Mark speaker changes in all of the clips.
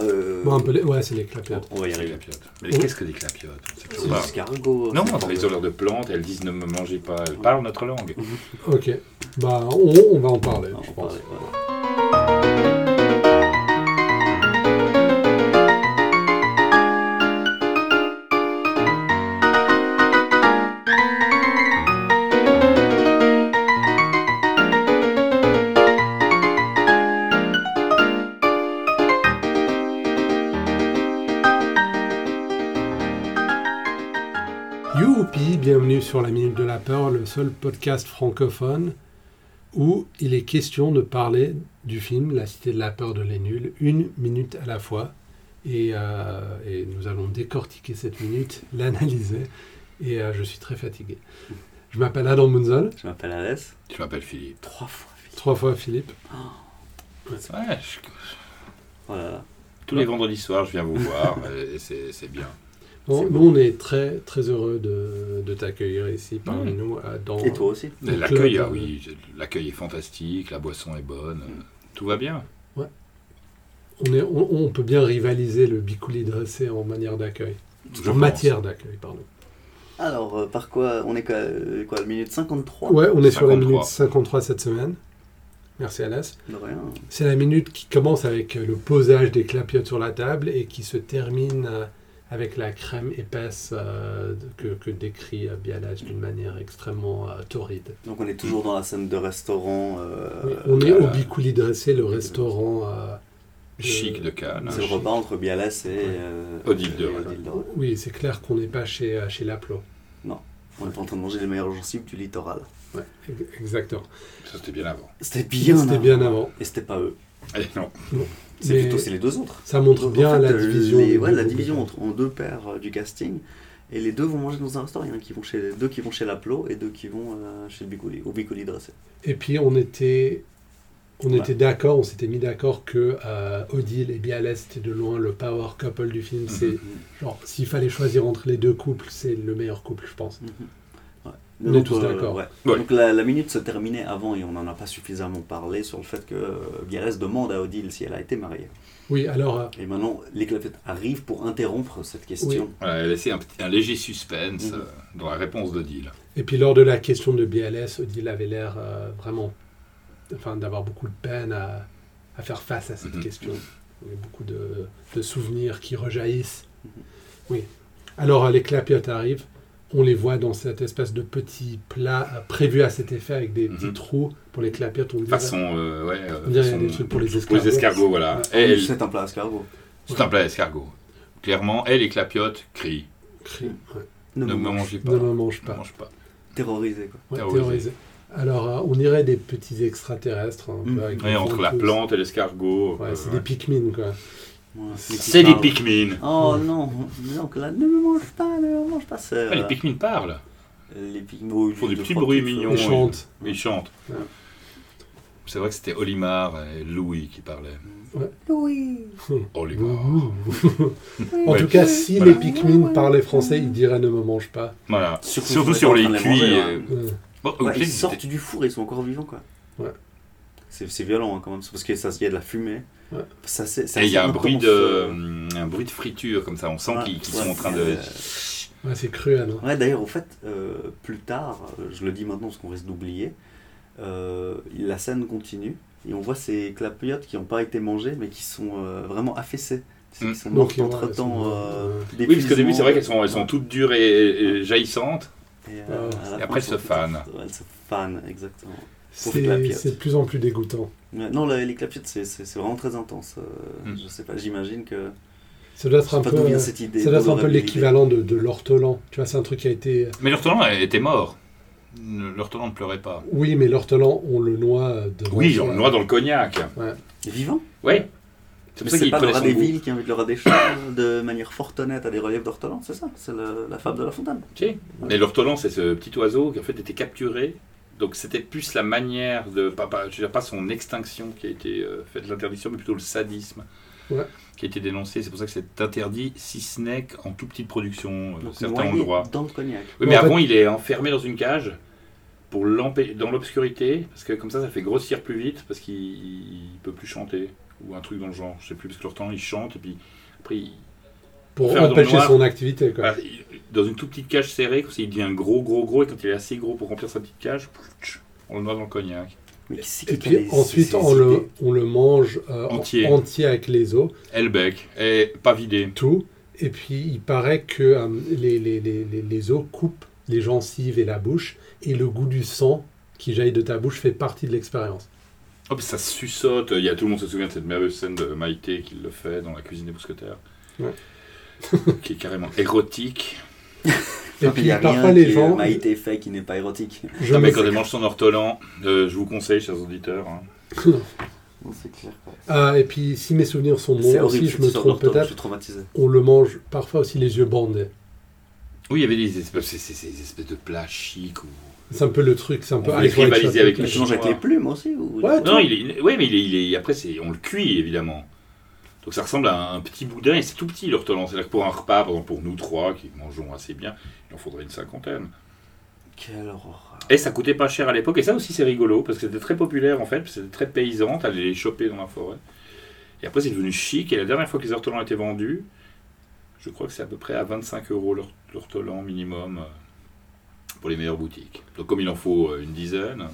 Speaker 1: Euh,
Speaker 2: Bon, un peu les- Ouais, c'est les clapiotes.
Speaker 1: on va y
Speaker 3: Les
Speaker 1: arriver.
Speaker 3: clapiotes. Mais
Speaker 2: Oui.
Speaker 3: qu'est-ce que des clapiotes On sait pas.
Speaker 1: C'est des escargots.
Speaker 3: Non,
Speaker 1: des
Speaker 3: c'est les
Speaker 1: formes-
Speaker 3: odeurs de plantes, elles disent ne me mangez pas, elles parlent notre langue.
Speaker 2: Ok. Bah, on, on va en parler,
Speaker 1: Non,
Speaker 2: je
Speaker 1: on
Speaker 2: pense.
Speaker 1: parlait, ouais.
Speaker 2: Youpi, bienvenue sur la Minute de la Peur, le seul podcast francophone où il est question de parler du film La Cité de la Peur de Les Nuls, une minute à la fois. Et, euh, et nous allons décortiquer cette minute, l'analyser. Et euh, je suis très fatigué. Je m'appelle Adam Munzel,
Speaker 1: Je m'appelle Alès.
Speaker 3: Tu m'appelles Philippe.
Speaker 1: Trois fois. vite.
Speaker 2: trois fois Philippe.
Speaker 3: Ouais, je-
Speaker 1: Oh là là.
Speaker 3: Tous les vendredis soirs, je viens vous voir euh, et c'est c'est bien.
Speaker 2: Bon,
Speaker 1: C'est
Speaker 2: nous, on est très, très heureux de, de t'accueillir ici parmi
Speaker 3: Ouais.
Speaker 2: nous. euh, dans,
Speaker 1: Mmh. Et toi aussi
Speaker 3: Mais
Speaker 2: Le
Speaker 3: L'accueil,
Speaker 2: club,
Speaker 3: ah
Speaker 2: euh,
Speaker 3: oui, j'ai- l'accueil est fantastique, la boisson est bonne, euh, tout va bien.
Speaker 2: on, est, on, on peut bien rivaliser le bicouli dressé en manière d'accueil.
Speaker 3: Je
Speaker 2: En
Speaker 3: pense.
Speaker 2: matière d'accueil, pardon.
Speaker 1: Alors, euh, par quoi On est quoi, euh, quoi Minute 53
Speaker 2: Ouais, on est sur la
Speaker 3: 53.
Speaker 2: minute 53 cette semaine. Merci Alas.
Speaker 1: De rien.
Speaker 2: C'est la minute qui commence avec euh, le posage des clapiotes sur la table et qui se termine euh, avec la crème épaisse euh, que, que décrit euh, Bialage d'une manière extrêmement euh, torride.
Speaker 1: Donc, on est toujours dans la scène de restaurant. euh,
Speaker 2: Oui, on est
Speaker 3: euh,
Speaker 2: au Bicouli dressé, le restaurant. euh, de-
Speaker 3: Chic de Cannes.
Speaker 1: C'est le
Speaker 2: je-
Speaker 1: repas entre Bialès et euh,
Speaker 3: Odile de
Speaker 1: et
Speaker 3: Rhodes.
Speaker 1: Odile de Rhodes.
Speaker 2: Oui, c'est clair qu'on n'est pas chez, euh, chez Laplo.
Speaker 1: On est en train de manger les meilleurs gencives du littoral.
Speaker 2: Ex- Exactement.
Speaker 3: Ça c'était bien avant.
Speaker 1: C'était bien.
Speaker 2: C'était
Speaker 1: avant.
Speaker 2: bien avant.
Speaker 1: Et c'était pas eux.
Speaker 3: Eh non,
Speaker 1: C'est
Speaker 2: Mais
Speaker 1: plutôt c'est les deux autres.
Speaker 2: ça montre
Speaker 1: Donc, en
Speaker 2: bien
Speaker 1: fait,
Speaker 2: la
Speaker 1: euh,
Speaker 2: division.
Speaker 1: les-
Speaker 2: du
Speaker 1: ouais, la
Speaker 2: groupe.
Speaker 1: division entre, en deux paires euh, du casting. Et les deux vont manger dans un restaurant. Il y en a qui vont chez, deux qui vont chez Laplo et deux qui vont euh, chez le Bicoli, au Bicoli dressé.
Speaker 2: Et puis on était, on
Speaker 1: Ouais.
Speaker 2: était d'accord, on s'était mis d'accord que euh, Odile et Bialès c'était de loin le power couple du
Speaker 1: Mhm.
Speaker 2: film. C'est genre s'il fallait choisir entre les deux couples, c'est le meilleur couple, je pense. Mhm. On est
Speaker 1: Donc,
Speaker 2: tous
Speaker 1: euh,
Speaker 2: d'accord.
Speaker 1: ouais.
Speaker 3: Ouais.
Speaker 1: Donc la, la minute se terminait avant et on n'en a pas suffisamment parlé sur le fait que euh, Bialès demande à Odile si elle a été mariée.
Speaker 2: Oui, alors euh,
Speaker 1: Et maintenant, les clapettes arrivent pour interrompre cette question.
Speaker 3: on a laissé Euh, un, petit- un léger suspense
Speaker 2: Mm-hmm.
Speaker 1: Mhm.
Speaker 3: euh, dans la réponse de Deal.
Speaker 2: et puis lors de la question de Bialès, Odile avait l'air euh, vraiment, enfin d'avoir beaucoup de peine à, à faire face à cette
Speaker 3: Mhm.
Speaker 2: question. Il y a beaucoup de, de souvenirs qui rejaillissent.
Speaker 3: Mhm.
Speaker 2: Oui. Alors euh, les clapiotes arrivent. On les voit dans cette espèce de petit plat euh, prévu à cet effet avec des petits
Speaker 3: Mhm.
Speaker 2: trous pour les clapiotes. On dirait-
Speaker 3: Façon, euh, ouais, euh,
Speaker 2: On dirait
Speaker 3: façon-
Speaker 2: des trucs pour les
Speaker 3: pour
Speaker 2: escargots.
Speaker 3: les escargots, voilà. Et elle-
Speaker 1: C'est un plat escargot.
Speaker 3: C'est un plat escargot. Clairement, elle et clapiote crient.
Speaker 2: Cri, ouais.
Speaker 1: Ne
Speaker 3: Ne
Speaker 1: me
Speaker 3: me
Speaker 1: mange-
Speaker 3: mangez pas.
Speaker 2: Ne me mange
Speaker 3: Ne
Speaker 2: pas.
Speaker 3: mange pas.
Speaker 1: Terrorisé, quoi.
Speaker 2: Ouais,
Speaker 3: Terrorisé.
Speaker 2: terrorisé. Alors, euh, on irait des petits extraterrestres. Un peu,
Speaker 1: Mhm.
Speaker 2: avec
Speaker 3: Ouais,
Speaker 2: une
Speaker 3: entre
Speaker 2: grande
Speaker 3: la
Speaker 2: pouce.
Speaker 3: plante et l'escargot.
Speaker 2: Ouais,
Speaker 3: euh,
Speaker 2: c'est
Speaker 3: ouais.
Speaker 2: des Pikmin, quoi.
Speaker 1: Ouais.
Speaker 3: C'est des
Speaker 1: Ah,
Speaker 3: Pikmin.
Speaker 1: Oh non, donc là, ne me mange pas, ne me mange pas. C'est,
Speaker 3: Ouais, Ah, les
Speaker 1: euh,
Speaker 3: Pikmin parlent.
Speaker 1: les Pikmin.
Speaker 3: Ils font des petits bruits mignons.
Speaker 1: euh,
Speaker 2: Ils chantent.
Speaker 3: Ils chantent.
Speaker 2: Ouais.
Speaker 3: C'est vrai que c'était Olimar et Louis qui parlaient.
Speaker 1: Oui.
Speaker 3: Olimar.
Speaker 2: en
Speaker 3: Ouais.
Speaker 2: tout cas, si
Speaker 3: Voilà.
Speaker 2: les Pikmin parlaient français, ils diraient ne me mange pas.
Speaker 3: Voilà.
Speaker 1: Surtout
Speaker 3: Surtout,
Speaker 1: qu'ils sont
Speaker 3: sur
Speaker 1: en
Speaker 3: les
Speaker 1: train de les
Speaker 3: cuits.
Speaker 1: manger,
Speaker 3: euh,
Speaker 1: hein.
Speaker 2: Euh,
Speaker 3: Bon,
Speaker 1: Ouais,
Speaker 3: ok,
Speaker 1: ils
Speaker 3: c'était-
Speaker 1: sortent du four, ils sont encore vivants, quoi.
Speaker 2: Ouais.
Speaker 1: C'est, c'est violent, hein, quand même. C'est parce qu'il y a de la fumée.
Speaker 2: Ouais.
Speaker 1: Ça, c'est, c'est
Speaker 3: Et il y a un
Speaker 1: assez
Speaker 3: bruit,
Speaker 1: intense,
Speaker 3: de, hum,
Speaker 1: euh,
Speaker 3: un bruit de friture comme ça, on sent
Speaker 1: ouais,
Speaker 3: qu'ils qu'ils
Speaker 1: ouais,
Speaker 3: sont en train de...
Speaker 1: euh,
Speaker 2: ouais, c'est cruel. hein.
Speaker 1: Ouais, d'ailleurs, au fait, euh, plus tard, euh, je le dis maintenant parce qu'on risque d'oublier, euh, la scène continue et on voit ces clapiotes qui n'ont pas été mangées mais qui sont euh, vraiment affaissées. C'est-
Speaker 3: Mm.
Speaker 1: Qui sont euh, mortes
Speaker 2: Donc,
Speaker 1: entre temps.
Speaker 2: ouais, elles
Speaker 3: Oui, parce qu'au début, c'est vrai qu'elles sont, elles sont toutes dures et, et jaillissantes.
Speaker 1: Et, euh,
Speaker 2: Ah Ouais.
Speaker 1: à la
Speaker 3: Et
Speaker 1: fin,
Speaker 3: après, elles
Speaker 1: elles
Speaker 3: se
Speaker 1: sont
Speaker 3: fanent.
Speaker 1: toutes- Elles se fanent, exactement. Pour les
Speaker 2: C'est
Speaker 1: clapiotes.
Speaker 2: c'est de plus en plus dégoûtant.
Speaker 1: Ouais, Non, la- les clapiotes, c'est- c'est c'est vraiment très intense. euh,
Speaker 3: Mm.
Speaker 1: Je sais pas, j'imagine que.
Speaker 2: Ça doit
Speaker 1: Je
Speaker 2: être
Speaker 1: sais
Speaker 2: un
Speaker 1: pas
Speaker 2: peu,
Speaker 1: d'où vient
Speaker 2: euh,
Speaker 1: cette idée.
Speaker 2: ça doit être un peu
Speaker 1: d'honorabilité.
Speaker 2: l'équivalent de, de l'ortolan. Tu vois, c'est un truc qui a été. euh,
Speaker 3: Mais l'ortolan elle était mort. Le- L'ortolan ne pleurait pas.
Speaker 2: Oui, mais l'ortolan, on le noie de. hein,
Speaker 3: Oui, on le noie dans le cognac.
Speaker 1: Vivant
Speaker 3: Oui. C'est
Speaker 1: Mais
Speaker 3: pour ça
Speaker 1: c'est
Speaker 3: qu'il
Speaker 1: pas le
Speaker 3: prenait
Speaker 1: rat
Speaker 3: son
Speaker 1: des
Speaker 3: goût.
Speaker 1: villes qui invite le rat des champs de manière fort honnête à des reliefs d'ortolan, c'est ça C'est le- la fable de la fontaine.
Speaker 3: Si. Mais l'ortolan, c'est ce petit oiseau qui en fait était capturé. Donc c'était plus la manière de pas, pas, je veux dire, pas son extinction qui a été euh, faite l'interdiction, mais plutôt le sadisme
Speaker 2: Ouais.
Speaker 3: qui a été dénoncé. C'est pour ça que c'est interdit, si ce n'est qu'en toute petite production, euh,
Speaker 1: Donc,
Speaker 3: certains
Speaker 1: noyé
Speaker 3: endroits.
Speaker 1: Dans le cognac.
Speaker 3: Oui,
Speaker 2: Mais
Speaker 3: mais
Speaker 2: en fait-
Speaker 3: avant, il est enfermé dans une cage pour l'empê- dans l'obscurité, parce que comme ça, ça fait grossir plus vite, parce qu'il il peut plus chanter. ou un truc dans le genre. Je sais plus, parce que leur temps, ils chantent, et puis après, ils-
Speaker 2: Pour
Speaker 3: Faire dans le
Speaker 2: empêcher
Speaker 3: noir.
Speaker 2: son activité, quoi.
Speaker 3: bah, ils- dans une toute petite cage serrée, comme s'il devient gros, gros, gros, et quand il est assez gros pour remplir sa petite cage, plouch, on le noie dans le cognac.
Speaker 1: Mais qui c'est
Speaker 2: Et
Speaker 1: qui a
Speaker 2: puis
Speaker 1: les-
Speaker 2: ensuite,
Speaker 1: ces
Speaker 2: on le,
Speaker 1: idées
Speaker 2: on le mange euh, en-
Speaker 3: Entier.
Speaker 2: entier. avec les os,
Speaker 3: Elbeck, et pas vidé.
Speaker 2: tout. Et puis, il paraît que euh, les, les, les, les- les os coupent les gencives et la bouche, et le goût du sang qui jaillit de ta bouche fait partie de l'expérience.
Speaker 3: Hop, Oh, ça suçote. Il y a tout le monde se souvient de cette merveilleuse scène de Maïté qui le fait dans la cuisine des mousquetaires.
Speaker 2: Ouais.
Speaker 3: qui est carrément érotique.
Speaker 2: Et
Speaker 1: Enfin, il
Speaker 2: puis,
Speaker 1: y a rien
Speaker 2: parfois, les
Speaker 1: qui, euh,
Speaker 2: gens...
Speaker 1: m'a été fait qui n'est pas érotique.
Speaker 2: je
Speaker 3: Non,
Speaker 2: me-
Speaker 3: mais quand elle mange son ortolan, euh, je vous conseille, chers auditeurs. hein.
Speaker 1: Non, c'est clair. quoi.
Speaker 2: Ah, et puis, si mes souvenirs sont bons
Speaker 1: C'est
Speaker 2: aussi,
Speaker 1: horrible,
Speaker 2: je me
Speaker 1: cette histoire
Speaker 2: trompe
Speaker 1: d'orthographe, je
Speaker 2: peut-être,
Speaker 1: suis traumatisé.
Speaker 2: on le mange parfois aussi les yeux bandés.
Speaker 3: Oui, il y avait des espèces, ces- ces- ces espèces de plats chics. Ou...
Speaker 2: C'est un peu le truc, c'est un
Speaker 3: On
Speaker 2: peu...
Speaker 3: va
Speaker 2: Alex
Speaker 3: rivaliser
Speaker 2: White,
Speaker 3: avec
Speaker 1: Mais
Speaker 2: quoi.
Speaker 1: tu manges avec les plumes aussi ou...
Speaker 2: Ouais,
Speaker 3: Non, il est... ouais, mais il est, il est- après, c'est... on le cuit, évidemment. Donc ça ressemble à un petit boudin, et c'est tout petit l'ortolan. C'est-à-dire que pour un repas, par exemple, pour nous trois qui mangeons assez bien, il en faudrait une cinquantaine.
Speaker 1: Quelle horreur.
Speaker 3: Et ça coûtait pas cher à l'époque, et ça aussi c'est rigolo, parce que c'était très populaire en fait, parce que c'était très paysan, t'allais les choper dans la forêt. Et après c'est devenu chic, et la dernière fois que les ortolans étaient vendus, je crois que c'est à peu près à 25 euros l'or- l'ortolan minimum euh, pour les meilleures boutiques. Donc comme il en faut euh, une dizaine,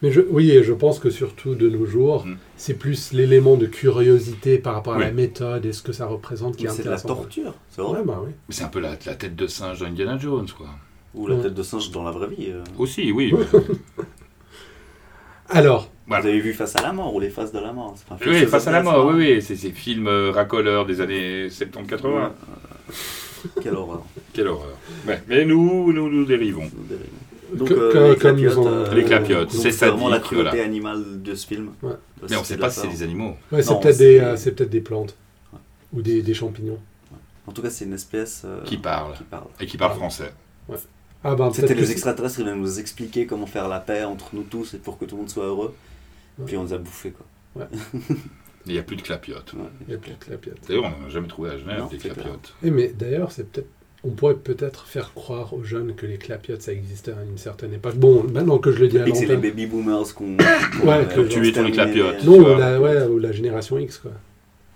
Speaker 2: Mais je, oui, et je pense que surtout de nos jours,
Speaker 3: Mm.
Speaker 2: c'est plus l'élément de curiosité par rapport à
Speaker 3: Oui.
Speaker 2: la méthode et ce que ça représente qui
Speaker 1: Mais
Speaker 2: est
Speaker 1: c'est de la
Speaker 2: intéressant.
Speaker 1: torture, c'est vrai.
Speaker 2: Ouais, bah oui.
Speaker 3: mais c'est un peu la, la tête de singe d'Indiana Jones quoi.
Speaker 1: Ou la
Speaker 2: Ouais.
Speaker 1: tête de singe dans la vraie vie. euh.
Speaker 3: Aussi, oui.
Speaker 2: Alors,
Speaker 3: Voilà.
Speaker 1: Vous avez vu Face à la mort ou Les Faces de la mort c'est pas un film
Speaker 3: Ah. Oui,
Speaker 1: sur
Speaker 3: face à la
Speaker 1: Zodiac,
Speaker 3: mort,
Speaker 1: ça.
Speaker 3: oui, oui, c'est ces films euh, racoleurs des années 70-80.
Speaker 1: Quelle horreur.
Speaker 3: Quelle horreur. Ouais. Mais nous, nous, nous dérivons.
Speaker 1: Nous dérivons. Donc,
Speaker 2: que-
Speaker 1: euh,
Speaker 2: que-
Speaker 1: les
Speaker 2: comme
Speaker 1: clapiotes,
Speaker 2: ils ont-
Speaker 1: euh,
Speaker 3: Les clapiotes,
Speaker 1: donc
Speaker 3: c'est
Speaker 1: vraiment la
Speaker 3: sadique,
Speaker 1: cruauté
Speaker 3: voilà.
Speaker 1: animale de ce film.
Speaker 2: Ouais.
Speaker 1: Parce
Speaker 3: Mais on
Speaker 1: que
Speaker 3: sait
Speaker 1: de
Speaker 3: pas
Speaker 1: la
Speaker 3: si c'est
Speaker 1: peur.
Speaker 3: des animaux.
Speaker 2: ouais, c'est
Speaker 1: Non,
Speaker 2: peut-être
Speaker 1: c'est-
Speaker 2: des, euh, c'est peut-être des plantes ou des, des champignons.
Speaker 1: En tout cas, c'est une espèce euh,
Speaker 3: Qui parle.
Speaker 1: qui parle.
Speaker 3: Et qui parle français.
Speaker 2: Ah bah peut-être
Speaker 1: C'était
Speaker 2: que
Speaker 1: les
Speaker 2: c'est-
Speaker 1: extraterrestres qui venaient nous expliquer comment faire la paix entre nous tous et pour que tout le monde soit heureux.
Speaker 2: Ouais.
Speaker 1: Puis on les a bouffés quoi.
Speaker 3: Et Il n'y a plus de clapiotes.
Speaker 1: Ouais.
Speaker 2: Il y a peut-être la pièce.
Speaker 3: D'ailleurs, on n'en a jamais trouvé à Genève
Speaker 1: Non,
Speaker 3: des
Speaker 1: c'est clair.
Speaker 3: clapiotes.
Speaker 2: Eh, mais d'ailleurs, c'est peut-être. On pourrait peut-être faire croire aux jeunes que les clapiotes ça existait à une certaine époque. Bon, maintenant que je le dis à
Speaker 1: Et que c'est les
Speaker 2: l'antenne.
Speaker 1: baby boomers qu'on. euh,
Speaker 2: Ouais, que
Speaker 3: tu es ton éclapiote.
Speaker 2: Non,
Speaker 3: tu
Speaker 2: ou
Speaker 3: vois. euh,
Speaker 2: la, ouais, ou la génération X quoi.